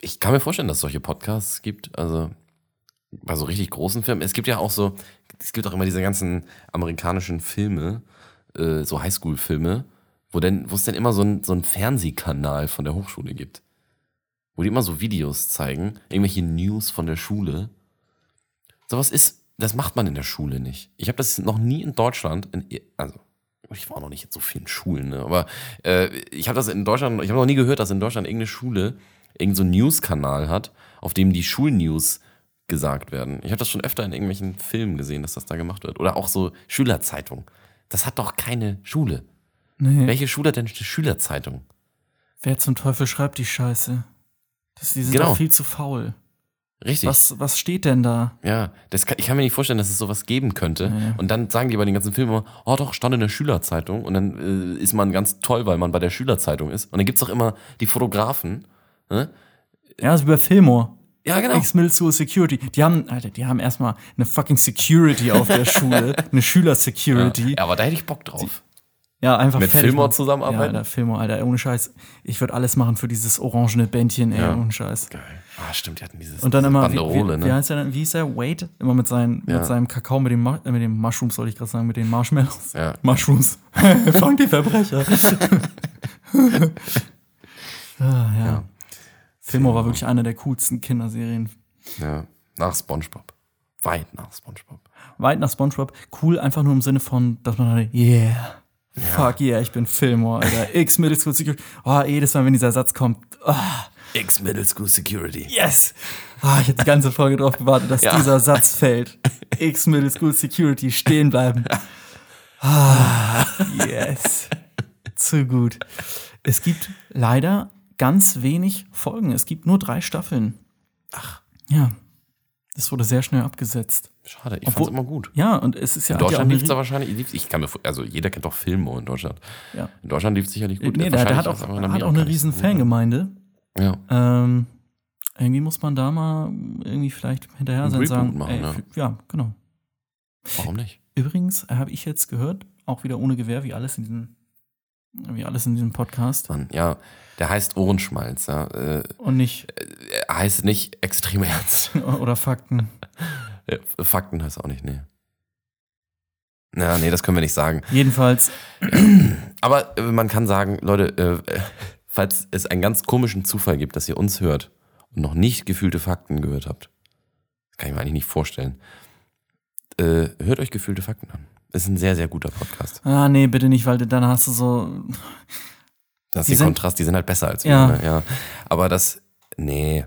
ich kann mir vorstellen, dass es solche Podcasts gibt. Also bei so richtig großen Firmen, es gibt ja auch so, es gibt auch immer diese ganzen amerikanischen Filme, äh, so Highschool-Filme, wo denn, wo es denn immer so einen so einen Fernsehkanal von der Hochschule gibt. Wo die immer so Videos zeigen, irgendwelche News von der Schule. Sowas ist, das macht man in der Schule nicht. Ich habe das noch nie in Deutschland, in, also ich war auch noch nicht in so vielen Schulen, ne? aber äh, ich habe das in Deutschland, ich habe noch nie gehört, dass in Deutschland irgendeine Schule irgendeinen so einen News-Kanal hat, auf dem die Schulnews gesagt werden. Ich habe das schon öfter in irgendwelchen Filmen gesehen, dass das da gemacht wird. Oder auch so Schülerzeitung. Das hat doch keine Schule.
Nee.
Welche Schule hat denn eine Schülerzeitung?
Wer zum Teufel schreibt die Scheiße? Das, die sind
Genau.
doch viel zu faul.
Richtig.
Was, was steht denn da?
Ja, das kann, ich kann mir nicht vorstellen, dass es sowas geben könnte.
Nee.
Und dann sagen die bei den ganzen Filmen immer, oh doch, stand in der Schülerzeitung. Und dann äh, ist man ganz toll, weil man bei der Schülerzeitung ist. Und dann gibt's auch immer die Fotografen. Ne?
Ja, das ist wie bei Fillmore.
Ja, genau.
Ex-Middle School Security. Die haben, Alter, die haben erstmal eine fucking Security auf der Schule. Eine
Ja,
Schüler-Security.
aber da hätte ich Bock drauf.
Ja, einfach
Mit
fertig
Fillmore
machen.
zusammenarbeiten?
Ja, Alter, Fillmore, Alter, ohne Scheiß. Ich würde alles machen für dieses orangene Bändchen, ey,
Ja.
ohne Scheiß.
Geil. Ah, stimmt, die hatten dieses
Und dann
diese
immer,
Banderole,
wie, wie,
ne?
wie heißt der denn? Wie ist der? Wade? Immer mit, seinen,
Ja.
mit seinem Kakao, mit den, Ma äh, mit den Mushrooms, soll ich gerade sagen, mit den Marshmallows.
Ja.
Mushrooms. Fang die Verbrecher. ah, ja. Fillmore war wirklich eine der coolsten Kinderserien.
ja. Nach Spongebob. Weit nach Spongebob.
Weit nach Spongebob. Cool, einfach nur im Sinne von, dass man halt, yeah. Fuck yeah, ich bin Fillmore, Alter. X Middle School Security. Oh, jedes Mal, wenn dieser Satz kommt, ah,
Ex-Middle School Security.
yes! Ah, ich habe die ganze Folge drauf gewartet, dass
Ja.
dieser Satz fällt. X Middle School Security stehen bleiben. Ah, yes. Zu gut. Es gibt leider ganz wenig Folgen. Es gibt nur drei Staffeln. Ach. Ja. Das wurde sehr schnell abgesetzt.
Schade, ich
Obwohl-
fand's immer gut.
Ja, und es ist ja.
In
hat ja auch
Deutschland
eine
lief's da
ri-
wahrscheinlich, lief's, ich kann mir, vor- also jeder kennt doch Filme in Deutschland.
Ja.
In Deutschland lief's sicherlich gut.
Nee, der, der
Wahrscheinlich
hat auch,
war's einfach in
hat
Amerika
auch eine
nicht so
riesen
gut. ne?
Fangemeinde.
Ja.
Ähm, irgendwie muss man da mal irgendwie vielleicht hinterher
Ein
sein und
Reboot
sagen.
machen,
ey,
ja.
f- ja, genau.
Warum nicht?
Übrigens habe ich jetzt gehört, auch wieder ohne Gewehr, wie alles in diesem, wie alles in diesem Podcast.
Mann, ja, der heißt Ohrenschmalz. Ja. Äh,
Und nicht,
er heißt nicht extrem ernst.
oder Fakten.
Äh, Fakten heißt er auch nicht, nee. Na, nee, das können wir nicht sagen.
Jedenfalls,
Aber äh, man kann sagen, Leute, äh, falls es einen ganz komischen Zufall gibt, dass ihr uns hört und noch nicht gefühlte Fakten gehört habt, das kann ich mir eigentlich nicht vorstellen, äh, hört euch gefühlte Fakten an. Das ist ein sehr, sehr guter Podcast.
ah nee, bitte nicht, weil dann hast du so,
Das ist
Die
der
sind-
Kontrast, die sind halt besser als wir.
Ja.
Ne? ja. Aber das, nee.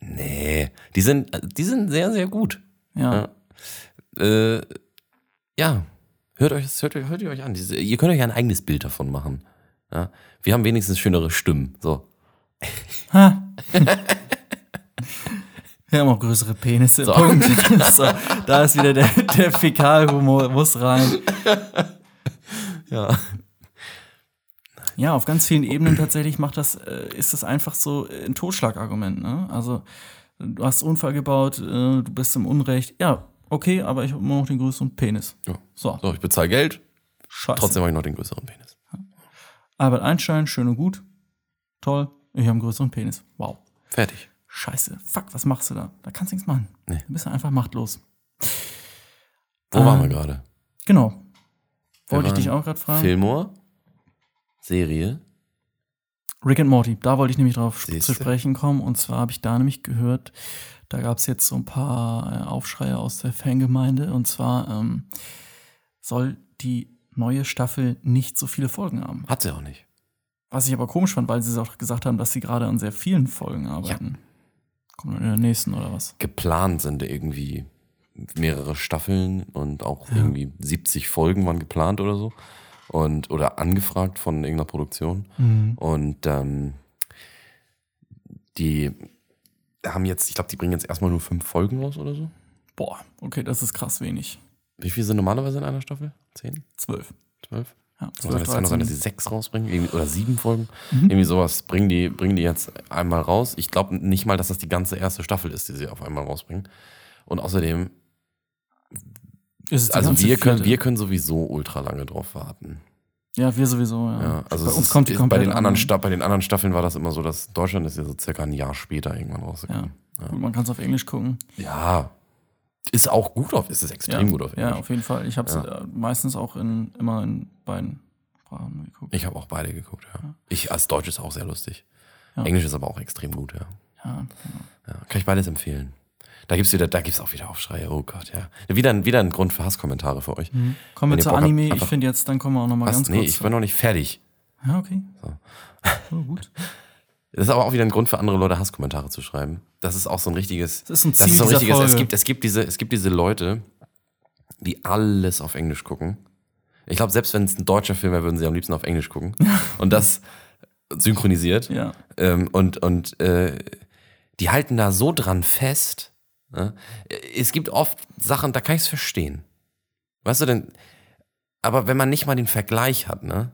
Nee. Die sind, die sind sehr, sehr gut.
ja,
Ja. Äh, ja, hört euch, das- hört, euch- hört ihr euch an. Diese, ihr könnt euch ein eigenes Bild davon machen. Ja. Wir haben wenigstens schönere Stimmen. So.
ha. Wir haben auch größere Penisse.
So.
Punkt. so, da ist wieder der, der Fäkalhumor, muss rein.
Ja.
Ja, auf ganz vielen Ebenen tatsächlich macht das, äh, ist das einfach so äh, ein Totschlagargument. Ne? Also du hast einen Unfall gebaut, äh, du bist im Unrecht. Ja, okay, aber ich habe immer noch den größeren Penis.
Ja.
So,
So, ich bezahle Geld,
scheiße.
trotzdem habe ich noch den größeren Penis.
Albert Einstein, schön und gut, toll. Ich habe einen größeren Penis. Wow.
Fertig.
Scheiße. Fuck, was machst du da? Da kannst du nichts machen.
Nee.
Du bist einfach machtlos.
Wo
Ah.
waren wir gerade?
Genau.
Wir
Wollte ich dich
waren
auch gerade fragen.
Fillmore, Serie.
Rick and Morty, da wollte ich nämlich drauf sp-
Siehste.
zu sprechen kommen. Und zwar habe ich da nämlich gehört, da gab es jetzt so ein paar äh, Aufschreie aus der Fangemeinde. Und zwar ähm, soll die neue Staffel nicht so viele Folgen haben.
Hat sie auch nicht.
Was ich aber komisch fand, weil sie es auch gesagt haben, dass sie gerade an sehr vielen Folgen arbeiten. Kommt dann in der nächsten oder was?
Geplant sind irgendwie mehrere Staffeln und auch irgendwie 70 Folgen waren geplant oder so. Und, oder angefragt von irgendeiner Produktion. Und ähm, die haben jetzt, ich glaube, die bringen jetzt erstmal nur fünf Folgen raus oder so.
Boah, okay, das ist krass wenig.
Wie viel sind normalerweise in einer Staffel? Zehn?
Zwölf.
Zwölf?
Ja,
Oder es kann auch
13.
sein, dass sie sechs rausbringen irgendwie, oder sieben Folgen.
Mhm.
Irgendwie sowas bringen die, bringen die jetzt einmal raus. Ich glaube nicht mal, dass das die ganze erste Staffel ist, die sie auf einmal rausbringen. Und außerdem,
Ist es die
also
ganze
wir können,
vierte?
wir können sowieso ultra lange drauf warten.
Ja, wir sowieso, ja.
Ja, also
bei
es
uns
ist,
kommt die
ist
komplett
bei, den anderen
andere.
Sta bei den anderen Staffeln war das immer so, dass Deutschland ist ja so circa ein Jahr später irgendwann rausgekommen.
Ja. Gut, man kann es auf Englisch gucken.
Ja. Ist auch gut auf, ist es extrem
ja.
gut auf Englisch.
Ja, auf jeden Fall. Ich habe es meistens auch in, immer in beiden Sprachen geguckt.
Ich habe auch beide geguckt, ja. Ich als Deutsch ist auch sehr lustig.
Ja.
Englisch ist aber auch extrem gut, ja.
ja.
ja. Kann ich beides empfehlen. Da gibt's wieder, da gibt's auch wieder Aufschreie. Oh Gott, ja. Wieder, ein- wieder ein Grund für Hasskommentare für euch.
Kommen
Wenn
wir
ihr
zu
Bock habt,
Anime. Ich
einfach-
finde jetzt, dann kommen wir auch nochmal
Was?
Mhm. ganz
Nee,
kurz.
ich bin noch nicht fertig.
ja, okay.
So.
Oh, gut.
Das ist aber auch wieder ein Grund für andere Leute, Hasskommentare zu schreiben. Das ist auch so ein richtiges.
Das ist ein Ziel
das ist so ein
dieser
richtiges. Es
Folge.
gibt, es, gibt diese, es gibt diese Leute, die alles auf Englisch gucken. Ich glaube, selbst wenn es ein deutscher Film wäre, würden sie am liebsten auf Englisch gucken. Und das synchronisiert.
Ja.
Ähm, und und äh, die halten da so dran fest. Ne? Es gibt oft Sachen, da kann ich es verstehen. Weißt du denn? Aber wenn man nicht mal den Vergleich hat, ne?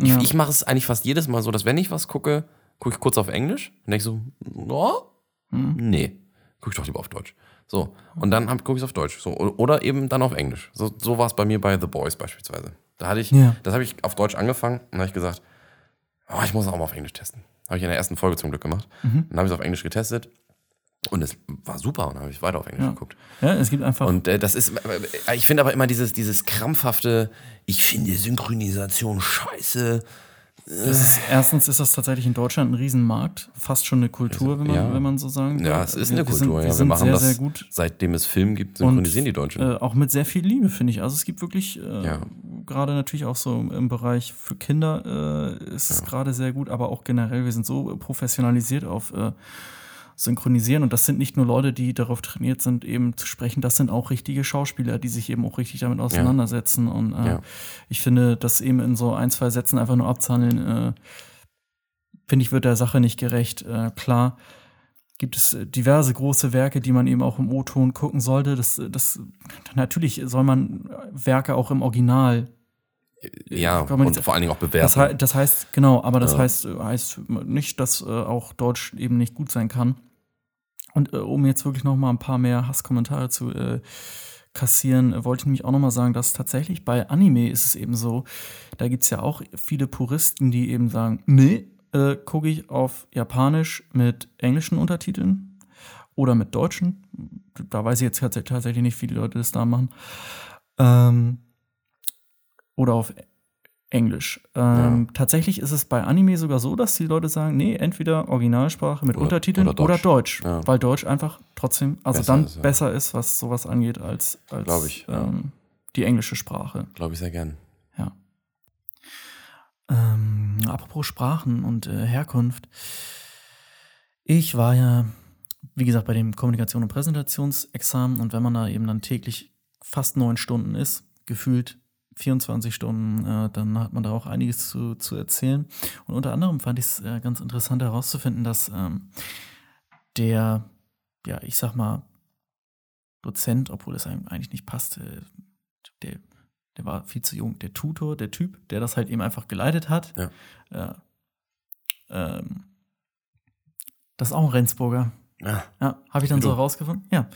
Ich,
ja.
ich mache es eigentlich fast jedes Mal so, dass wenn ich was gucke, gucke ich kurz auf Englisch und denke so, oh,
Hm.
nee, gucke ich doch lieber auf Deutsch. So, und dann gucke ich es auf Deutsch. So, o- oder eben dann auf Englisch. So, so war es bei mir bei The Boys beispielsweise. Da hatte ich,
Ja.
das habe ich auf Deutsch angefangen und habe ich gesagt, oh, ich muss es auch mal auf Englisch testen. Habe ich in der ersten Folge zum Glück gemacht.
Mhm.
Dann habe ich es auf Englisch getestet und es war super und dann habe ich weiter auf Englisch
Ja.
geguckt.
ja, es gibt einfach.
Und äh, das ist, äh, ich finde aber immer dieses, dieses krampfhafte, ich finde Synchronisation scheiße.
Das ist, erstens ist das tatsächlich in Deutschland ein Riesenmarkt, fast schon eine Kultur, wenn man,
Also, ja.
wenn man so sagen
Ja, es ist
Wir-
eine
wir sind-
Kultur.
Wir
ja.
sind
wir machen
sehr,
das,
sehr gut.
seitdem es Film gibt, synchronisieren die Deutschen.
Äh, auch mit sehr viel Liebe, finde ich. Also es gibt wirklich, äh,
Ja.
gerade natürlich auch so im- im Bereich für Kinder äh, ist es gerade sehr gut, aber auch generell, wir sind so professionalisiert auf äh, Synchronisieren und das sind nicht nur Leute, die darauf trainiert sind, eben zu sprechen, das sind auch richtige Schauspieler, die sich eben auch richtig damit auseinandersetzen. Und äh,
Ja.
ich finde, das eben in so ein, zwei Sätzen einfach nur abzuhandeln, äh, finde ich, wird der Sache nicht gerecht. Äh, klar gibt es äh, diverse große Werke, die man eben auch im O-Ton gucken sollte. Das, äh, das, natürlich soll man Werke auch im Original.
ja,
äh, kann man
und
jetzt-
vor allen Dingen auch bewerten.
Das, hei- das heißt, genau, aber das
Ja.
heißt, äh, heißt nicht, dass äh, auch Deutsch eben nicht gut sein kann. Und äh, um jetzt wirklich noch mal ein paar mehr Hasskommentare zu äh, kassieren, äh, wollte ich nämlich auch noch mal sagen, dass tatsächlich bei Anime ist es eben so, da gibt es ja auch viele Puristen, die eben sagen, nee, äh, gucke ich auf Japanisch mit englischen Untertiteln oder mit deutschen. Da weiß ich jetzt tats- tatsächlich nicht, wie die Leute das da machen. Ähm, oder auf Englisch. Ähm, Tatsächlich ist es bei Anime sogar so, dass die Leute sagen, nee, entweder Originalsprache mit
Oder-
Untertiteln
oder Deutsch.
oder Deutsch,
Ja.
weil Deutsch einfach trotzdem, also
Besser
dann
ist, ja.
besser ist, was sowas angeht, als, als
Glaub ich, ja.
ähm, die englische Sprache.
Glaube ich sehr gern.
Ja. Ähm, apropos Sprachen und äh, Herkunft. Ich war ja, wie gesagt, bei dem Kommunikation- und Präsentationsexamen und wenn man da eben dann täglich fast neun Stunden ist, gefühlt 24 Stunden, äh, dann hat man da auch einiges zu, zu erzählen. Und unter anderem fand ich es äh, ganz interessant herauszufinden, dass ähm, der, ja, ich sag mal, Dozent, obwohl es einem eigentlich nicht passt, äh, der der war viel zu jung, der Tutor, der Typ, der das halt eben einfach geleitet hat.
Ja.
Äh, ähm, das ist auch ein Rendsburger.
Ja.
Ja, habe ich dann
Wie
so
du.
herausgefunden. Ja.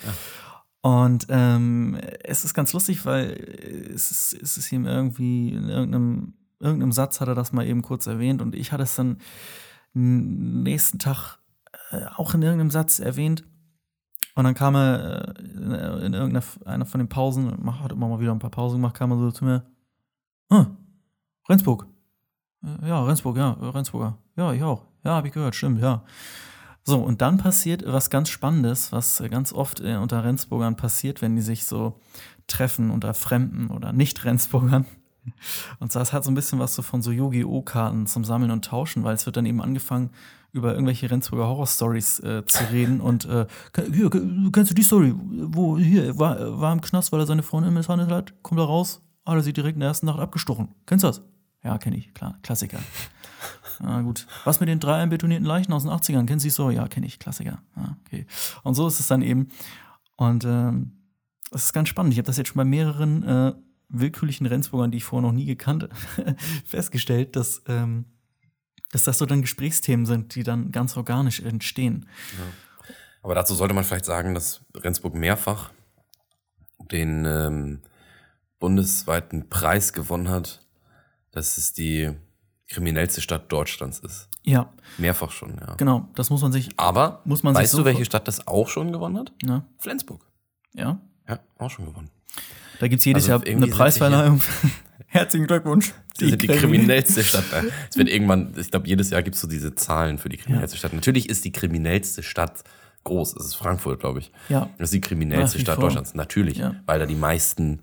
Und ähm, es ist ganz lustig, weil äh, es ist, es ist ihm irgendwie in irgendeinem, irgendeinem Satz hat er das mal eben kurz erwähnt und ich hatte es dann n- nächsten Tag äh, auch in irgendeinem Satz erwähnt. Und dann kam er äh, in, in irgendeiner einer von den Pausen, mach- hat immer mal wieder ein paar Pausen gemacht, kam er so zu mir. Ah, Rendsburg. Äh, Ja, Rendsburg, ja, äh, Rendsburger. Ja, ich auch. Ja, habe ich gehört, stimmt, ja. So, und dann passiert was ganz Spannendes, was äh, ganz oft äh, unter Rendsburgern passiert, wenn die sich so treffen unter Fremden oder Nicht-Rendsburgern. Und das hat so ein bisschen was so von so Yu-Gi-Oh!-Karten zum Sammeln und Tauschen, weil es wird dann eben angefangen, über irgendwelche Rendsburger Horror-Stories äh, zu reden. Und äh, ke- hier, ke- kennst du die Story? Wo hier war, war im Knast, weil er seine Freundin misshandelt hat, kommt er raus, hat er sie direkt in der ersten Nacht abgestochen. Kennst du das? Ja, kenne ich, klar, Klassiker. Ah, gut. Was mit den drei einbetonierten Leichen aus den 80ern? Kennst du die Story? Ja, kenne ich, Klassiker. Ah, okay. Und so ist es dann eben. Und ähm, das ist ganz spannend. Ich habe das jetzt schon bei mehreren äh, willkürlichen Rendsburgern, die ich vorher noch nie gekannt, festgestellt, dass, ähm, dass das so dann Gesprächsthemen sind, die dann ganz organisch entstehen.
Aber dazu sollte man vielleicht sagen, dass Rendsburg mehrfach den ähm, bundesweiten Preis gewonnen hat dass es die kriminellste Stadt Deutschlands ist.
Ja,
Mehrfach schon, ja.
genau. Das muss man sich.
Aber
Muss man sich
weißt
so
du, welche
vor-
Stadt das auch schon gewonnen hat?
Ne?
Flensburg.
Ja.
Ja, auch schon gewonnen.
Da gibt es jedes Jahr
Also irgendwie
eine
sind sie
Preisverleihung. Herzlichen Glückwunsch.
Die sind Also die kriminellste Stadt. äh, Es wird irgendwann, ich glaube, jedes Jahr gibt es so diese Zahlen für die kriminellste Stadt. Natürlich ist die kriminellste Stadt groß. Es ist Frankfurt, glaube ich.
Ja.
Das ist die kriminellste
Nach wie
Stadt
vor.
Deutschlands. Natürlich,
Ja.
weil da die meisten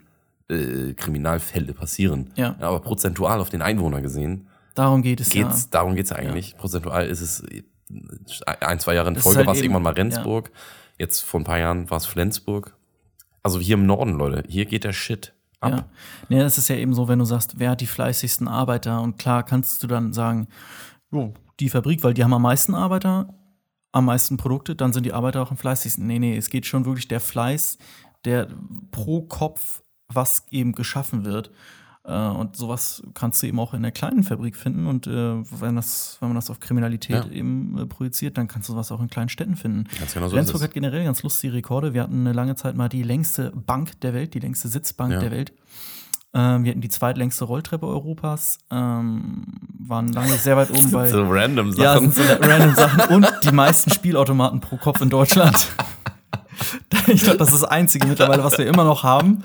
äh, Kriminalfälle passieren.
Ja.
Aber prozentual auf den Einwohner gesehen,
Darum geht es
geht's,
ja.
darum geht's ja eigentlich. Prozentual ist es äh, ein, zwei Jahre in
Das ist
Folge
halt
war es
eben-
irgendwann mal Rendsburg. Jetzt vor ein paar Jahren war es Flensburg. Also hier im Norden, Leute, hier geht der Shit ab.
Ja. Nee, das ist ja eben so, wenn du sagst, wer hat die fleißigsten Arbeiter? Und klar kannst du dann sagen, jo, die Fabrik, weil die haben am meisten Arbeiter, am meisten Produkte, dann sind die Arbeiter auch am fleißigsten. Nee, nee, es geht schon wirklich der Fleiß, der pro Kopf, was eben geschaffen wird. Äh, Und sowas kannst du eben auch in der kleinen Fabrik finden. Und äh, wenn, das, wenn man das auf Kriminalität
Ja.
eben äh, projiziert, dann kannst du sowas auch in kleinen Städten finden.
Ganz genau so ist
Flensburg
es.
hat generell ganz lustige Rekorde. Wir hatten eine lange Zeit mal die längste Bank der Welt, die längste Sitzbank
Ja.
der Welt. Ähm, wir hatten die zweitlängste Rolltreppe Europas, ähm, waren lange sehr weit oben bei
So random
ja,
Sachen.
sind so random Sachen und die meisten Spielautomaten pro Kopf in Deutschland. Ich glaube, das ist das Einzige mittlerweile, was wir immer noch haben,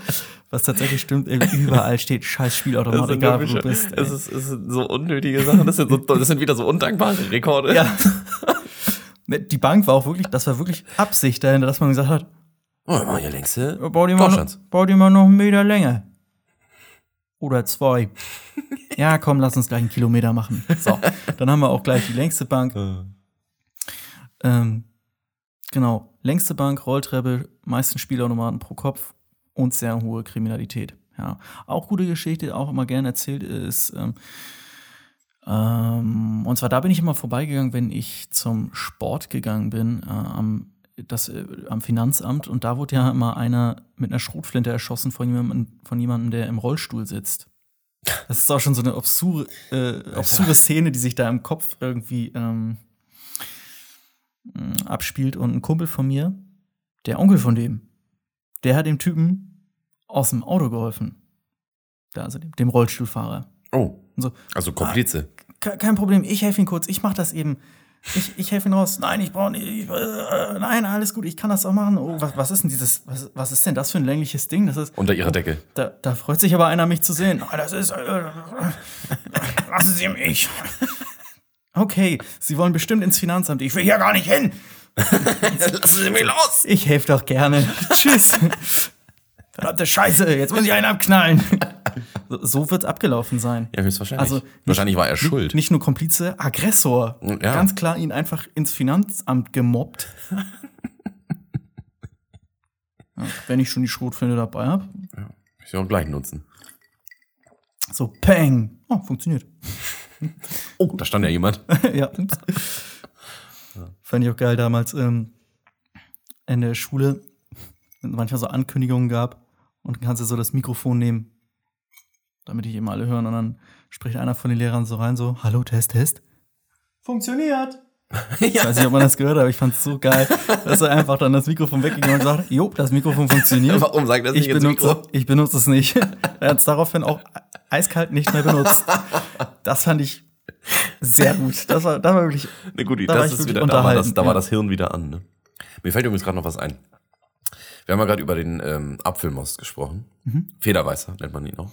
was tatsächlich stimmt. Irgendwie Überall steht scheiß Spielautomat,
sind
egal wo du
wirklich-
bist.
es,
ey.
ist, es sind so unnötige Sachen. Das sind, so, das sind wieder so undankbare Rekorde.
Ja. Die Bank war auch wirklich, das war wirklich Absicht dahinter, dass man gesagt hat,
Oh, wir machen hier längste
Bau dir, mal noch,
Deutschlands.
bau dir mal noch einen Meter länger. Oder zwei. ja, komm, lass uns gleich einen Kilometer machen. So, dann haben wir auch gleich die längste Bank. Ähm, genau, längste Bank, Rolltreppe, meisten Spielautomaten pro Kopf und sehr hohe Kriminalität. Ja, auch gute Geschichte, auch immer gerne erzählt ist. Ähm, ähm, und zwar da bin ich immer vorbeigegangen, wenn ich zum Sport gegangen bin, äh, am, das, äh, am Finanzamt. Und da wurde ja immer einer mit einer Schrotflinte erschossen von jemandem, von jemandem der im Rollstuhl sitzt. Das ist auch schon so eine obsure, äh, obsure Szene, die sich da im Kopf irgendwie ähm, mh, abspielt. Und ein Kumpel von mir, der Onkel von dem, der hat dem Typen aus dem Auto geholfen. Da, also dem, dem Rollstuhlfahrer.
Oh,
Und so,
also Komplize.
"Ke- kein Problem, ich helfe ihm kurz, ich mache das eben. Ich, ich helfe ihm raus. Nein, ich brauche nicht. Ich, äh, nein, alles gut, ich kann das auch machen. Oh, was, was ist denn dieses, was, was ist denn das für ein längliches Ding? Das ist,
Unter ihrer Decke.
da, da freut sich aber einer, mich zu sehen. Ah, das ist. Äh, lassen Sie mich. Okay, Sie wollen bestimmt ins Finanzamt. Ich will hier gar nicht hin.
Lassen Sie mich los!
Ich helfe doch gerne. Tschüss. Verdammte Scheiße, jetzt muss ich einen abknallen. So, so wird's abgelaufen sein.
Ja, höchstwahrscheinlich.
Also
Also,
nicht-
wahrscheinlich war er schuld.
Nicht nur Komplize, Aggressor.
Ja.
Ganz klar ihn einfach ins Finanzamt gemobbt. ja, wenn ich schon die Schrotflinte dabei habe.
Ich will auch gleich nutzen.
So, Peng. Oh, funktioniert.
Oh, da stand ja jemand.
ja, ups. Fand ich auch geil damals ähm, in der Schule, wenn es manchmal so Ankündigungen gab und dann kannst du so das Mikrofon nehmen, damit ich eben alle hören und dann spricht einer von den Lehrern so rein so, hallo, Test, Test. Funktioniert. Ich weiß nicht, ob man das gehört hat, aber ich fand es so geil, dass er einfach dann das Mikrofon wegging und sagt, jo, das Mikrofon funktioniert.
Warum sagt das
Ich
nicht ins
benutze,
Mikro?
ich benutze es nicht. Er hat es daraufhin auch eiskalt nicht mehr benutzt. Das fand ich sehr gut. Das war, das war wirklich.
Na gut,
Da war
das
ich
ist
wirklich
wieder, da war, das,
unterhalten,
da war
ja.
das Hirn wieder an. Ne? Mir fällt übrigens gerade noch was ein. Wir haben ja gerade über den ähm, Apfelmost gesprochen.
mhm.
Federweißer nennt man ihn auch.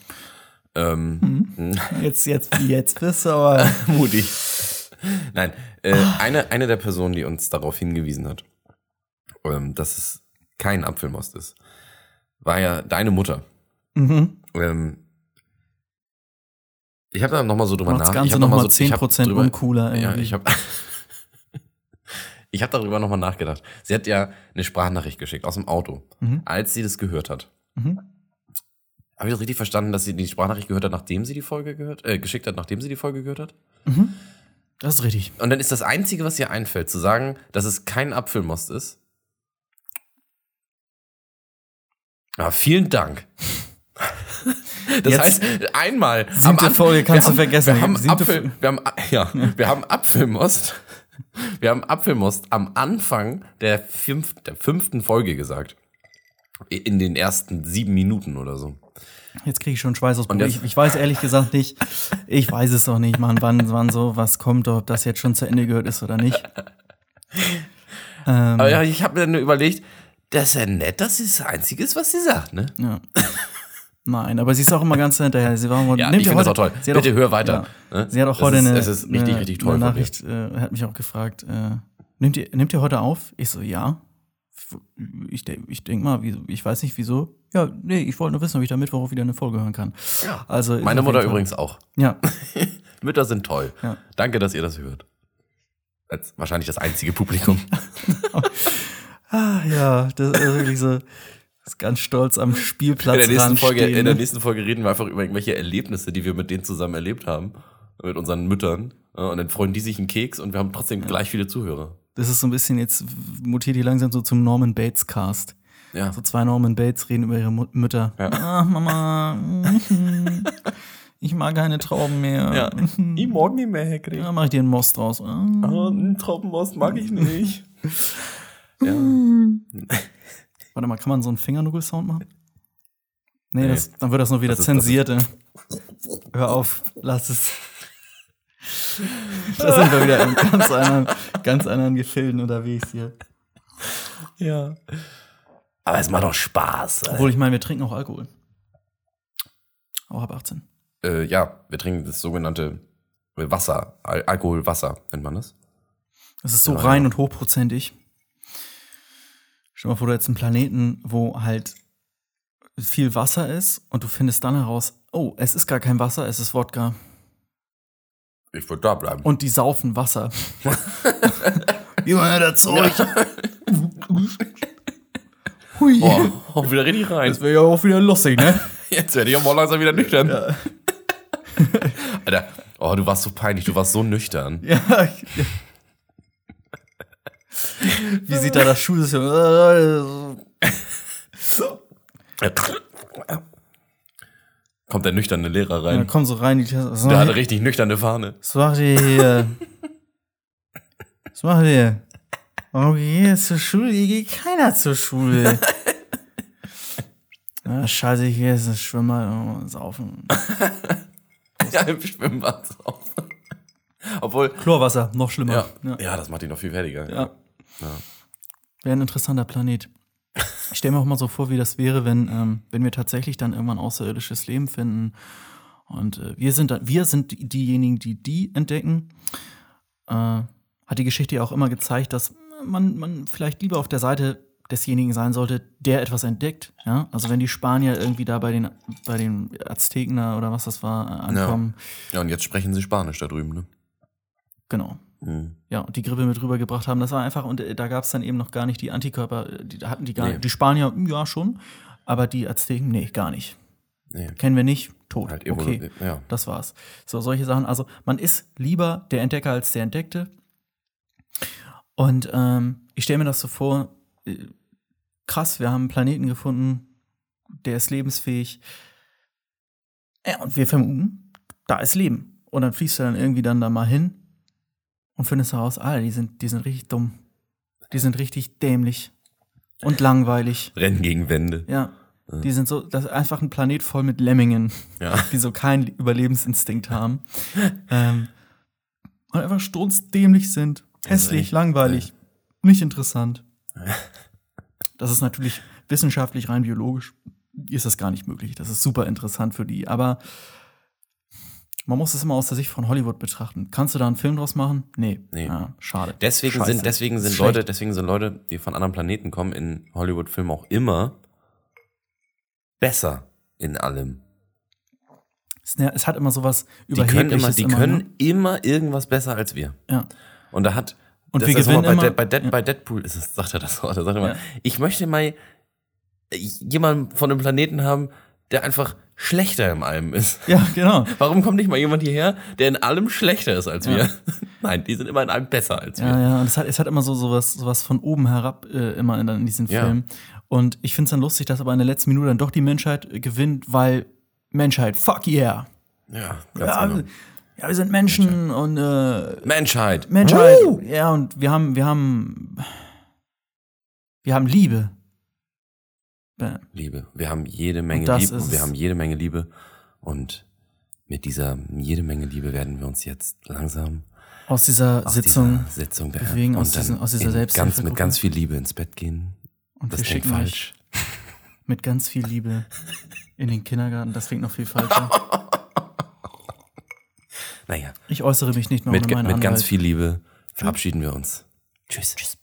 Ähm,
Jetzt, jetzt, jetzt bist du aber.
Mutig. Nein, äh, eine, eine der Personen, die uns darauf hingewiesen hat, ähm, dass es kein Apfelmost ist, war ja deine Mutter.
Mhm.
Ähm, ich habe da nochmal so drüber
Macht das
nach. Ich
Ganze
hab noch mal
nochmal
so- ich hab
10%
drüber-
uncooler.
Ja,
irgendwie.
ich habe ich hab darüber nochmal nachgedacht. Sie hat ja eine Sprachnachricht geschickt aus dem Auto,
Mhm.
als sie das gehört hat.
Mhm.
Habe ich das richtig verstanden, dass sie die Sprachnachricht gehört hat, nachdem sie die Folge gehört, äh, geschickt hat, nachdem sie die Folge gehört hat?
Mhm. Das ist richtig.
Und dann ist das Einzige, was ihr einfällt, zu sagen, dass es kein Apfelmost ist. Ja, Ah, vielen Dank. Das
Jetzt-
heißt, einmal
Siebte
Anfang-
Folge kannst
wir
du vergessen.
Wir haben,
Siebte
Apfel,
Fol-
wir haben, ja, wir haben Apfelmost. Wir haben Apfelmost am Anfang der, fünf, der fünften Folge gesagt. In den ersten sieben Minuten oder so.
Jetzt kriege ich schon Schweißausbruch.
Und jetzt-
Ich, ich weiß ehrlich gesagt nicht. Ich weiß es doch nicht, Mann, wann, wann so was kommt, ob das jetzt schon zu Ende gehört ist oder nicht. Ähm,
Aber ja, ich habe mir dann überlegt, das ist ja nett, das ist das Einzige, ist, was sie sagt, ne?
ja. Nein, aber sie ist auch immer ganz hinterher. Sie war
Ja,
nimmt
ich finde das auch toll.
Sie hat
Bitte
auch,
hör weiter.
Ja.
ne?
Sie hat auch
Das
heute
ist,
eine,
Es ist richtig,
eine,
richtig toll.
eine
von dir.
Nachricht. Äh, hat mich auch gefragt, äh, nehmt, ihr, nehmt ihr heute auf? Ich so, ja. Ich, de- ich denke mal, wieso- ich weiß nicht wieso. Ja, nee, ich wollte nur wissen, ob ich da Mittwoch auch wieder eine Folge hören kann.
Ja.
Also, ist
Meine
auf
Mutter
jeden Fall-
übrigens auch.
Ja,
Mütter sind toll.
Ja.
Danke, dass ihr das hört. Das ist wahrscheinlich das einzige Publikum.
Ah, ja, das ist wirklich so ist ganz stolz am Spielplatz
in, der nächsten
dran
Folge,
stehen,
in der
ne?
nächsten Folge reden wir einfach über irgendwelche Erlebnisse, die wir mit denen zusammen erlebt haben. Mit unseren Müttern. Ja, Und dann freuen die sich einen Keks und wir haben trotzdem gleich viele Zuhörer.
Das ist so ein bisschen jetzt mutiert die langsam so zum Norman Bates Cast.
Ja.
So Also zwei Norman Bates reden über ihre Mut- Mütter.
Ja.
Ah, Mama, mhm. ich mag keine Trauben mehr.
ja.
Mhm.
Ich mag nicht mehr, Herr Krieg.
Ja, mach ich dir einen Most draus. Mhm.
Ah, einen Traubenmost mag ich nicht. ja.
Warte mal, kann man so einen Fingernuggel-Sound machen? Nee,
Nee.
Das, dann wird das noch wieder
Das ist- das ist-
zensiert. ey. Hör auf, lass es. Da sind wir wieder in ganz anderen, ganz anderen Gefilden unterwegs hier.
ja. Aber es macht doch Spaß.
Obwohl, ich meine, wir trinken auch Alkohol. Oh, Auch ab 18.
Äh, ja, wir trinken das sogenannte äh, Wasser, Al Alkoholwasser, nennt man das.
Es ist so
Ja,
rein
ja.
und hochprozentig. Stell dir mal vor, du hättest einen Planeten, wo halt viel Wasser ist und du findest dann heraus, oh, es ist gar kein Wasser, es ist Wodka.
Ich würde da bleiben.
Und die saufen Wasser. Wie man das Zeug. Hui.
Boah, auch wieder richtig rein.
wäre ja auch wieder lustig, ne?
Jetzt werde ich aber langsam wieder nüchtern. Alter, oh, du warst so peinlich, du warst so nüchtern.
ja. Wie sieht da das Schulsystem? Äh,
Kommt der nüchterne Lehrer
Ja,
rein.
komm so rein, die Tasse. Was
der
macht
hatte
ihr-
richtig nüchterne Fahne.
was macht ihr hier? Was macht ihr? Warum geht ihr zur Schule? Hier geht keiner zur Schule. Na, scheiße, hier ist das Schwimmbad. Oh, saufen.
Ja, im Schwimmbad. auch. Obwohl,
Chlorwasser, noch schlimmer.
ja, ja. das macht ihn noch viel fertiger.
Ja. Wäre ein interessanter Planet. Ich stelle mir auch mal so vor, wie das wäre, wenn, ähm, wenn wir tatsächlich dann irgendwann außerirdisches Leben finden. Und äh, wir, sind dann, wir sind die- diejenigen, die die entdecken. Äh, hat die Geschichte ja auch immer gezeigt, dass man, man vielleicht lieber auf der Seite desjenigen sein sollte, der etwas entdeckt. Ja? Also wenn die Spanier irgendwie da bei den, bei den Azteken da oder was das war äh, ankommen.
ja, und jetzt sprechen sie Spanisch da drüben, ne?
Genau.
Mhm.
ja, und die Grippe mit rübergebracht haben. Das war einfach, und äh, da gab es dann eben noch gar nicht die Antikörper, äh, die da hatten die gar
Nee.
nicht. Die Spanier, hm, ja, schon, aber die Azteken, nee, gar nicht.
Nee.
Kennen wir nicht, tot.
Halt
okay,
okay. ja.
das war's. So, solche Sachen. Also, man ist lieber der Entdecker als der Entdeckte. Und ähm, ich stelle mir das so vor, äh, krass, wir haben einen Planeten gefunden, der ist lebensfähig. Ja, und wir vermuten, da ist Leben. Und dann fliegst du dann irgendwie dann da mal hin und findest heraus, ah, die sind, die sind richtig dumm. Die sind richtig dämlich und langweilig.
Rennen gegen Wände.
Ja.
Ja.
Die sind so, das ist einfach ein Planet voll mit Lemmingen,
Ja.
die so keinen Überlebensinstinkt haben. ähm, und einfach strunzdämlich sind.
Also
Hässlich,
echt, äh.
langweilig, nicht interessant. das ist natürlich wissenschaftlich, rein biologisch, ist das gar nicht möglich. Das ist super interessant für die. Aber man muss es immer aus der Sicht von Hollywood betrachten. Kannst du da einen Film draus machen? Nee.
Nee.
Ah, schade.
Deswegen
Scheiße.
sind, deswegen sind
Schlecht.
Leute, deswegen sind Leute, die von anderen Planeten kommen, in Hollywood-Filmen auch immer besser in allem.
Es- Es hat immer sowas
Die können immer,
Überhebliches
die
ne?
können immer irgendwas besser als wir.
Ja.
Und da hat,
Und
das
wir
ist auch
gewinnen
mal bei,
immer.
Dead- bei, Dead,
ja.
bei Deadpool ist es, sagt er das auch, da sagt er mal,
Ja.
ich möchte mal jemanden von einem Planeten haben, der einfach schlechter in allem ist.
ja, genau.
Warum kommt nicht mal jemand hierher, der in allem schlechter ist als
Ja.
wir? Nein, die sind immer in allem besser als wir.
Ja, ja, und es hat, es hat immer so sowas, sowas von oben herab äh, immer in, in diesen
Ja.
Filmen. Und ich finde es dann lustig, dass aber in der letzten Minute dann doch die Menschheit äh, gewinnt, weil Menschheit, fuck yeah.
Ja, ganz
Ja, also
genau.
wir- ja, wir sind Menschen und äh,
Menschheit.
Menschheit. Ja, und wir haben, wir haben, wir haben Liebe. Bam.
Liebe. Wir haben jede Menge
das
Liebe
ist
und wir
es.
haben jede Menge Liebe. Und mit dieser jede Menge Liebe werden wir uns jetzt langsam
Aus dieser
aus
Sitzung
dieser Sitzung be-
bewegen, aus
und dann
diesen- aus dieser
in ganz,
Selbsthilfegruppe.
mit ganz viel Liebe ins Bett gehen.
und
Das
wir
klingt
schicken
falsch.
euch mit ganz viel Liebe in den Kindergarten. Das klingt noch viel falscher.
Naja,
Ich äußere mich nicht mehr
mit,
ohne meinen
mit ganz
Anwalt. Hm?
viel Liebe verabschieden wir uns. Tschüss. Tschüss.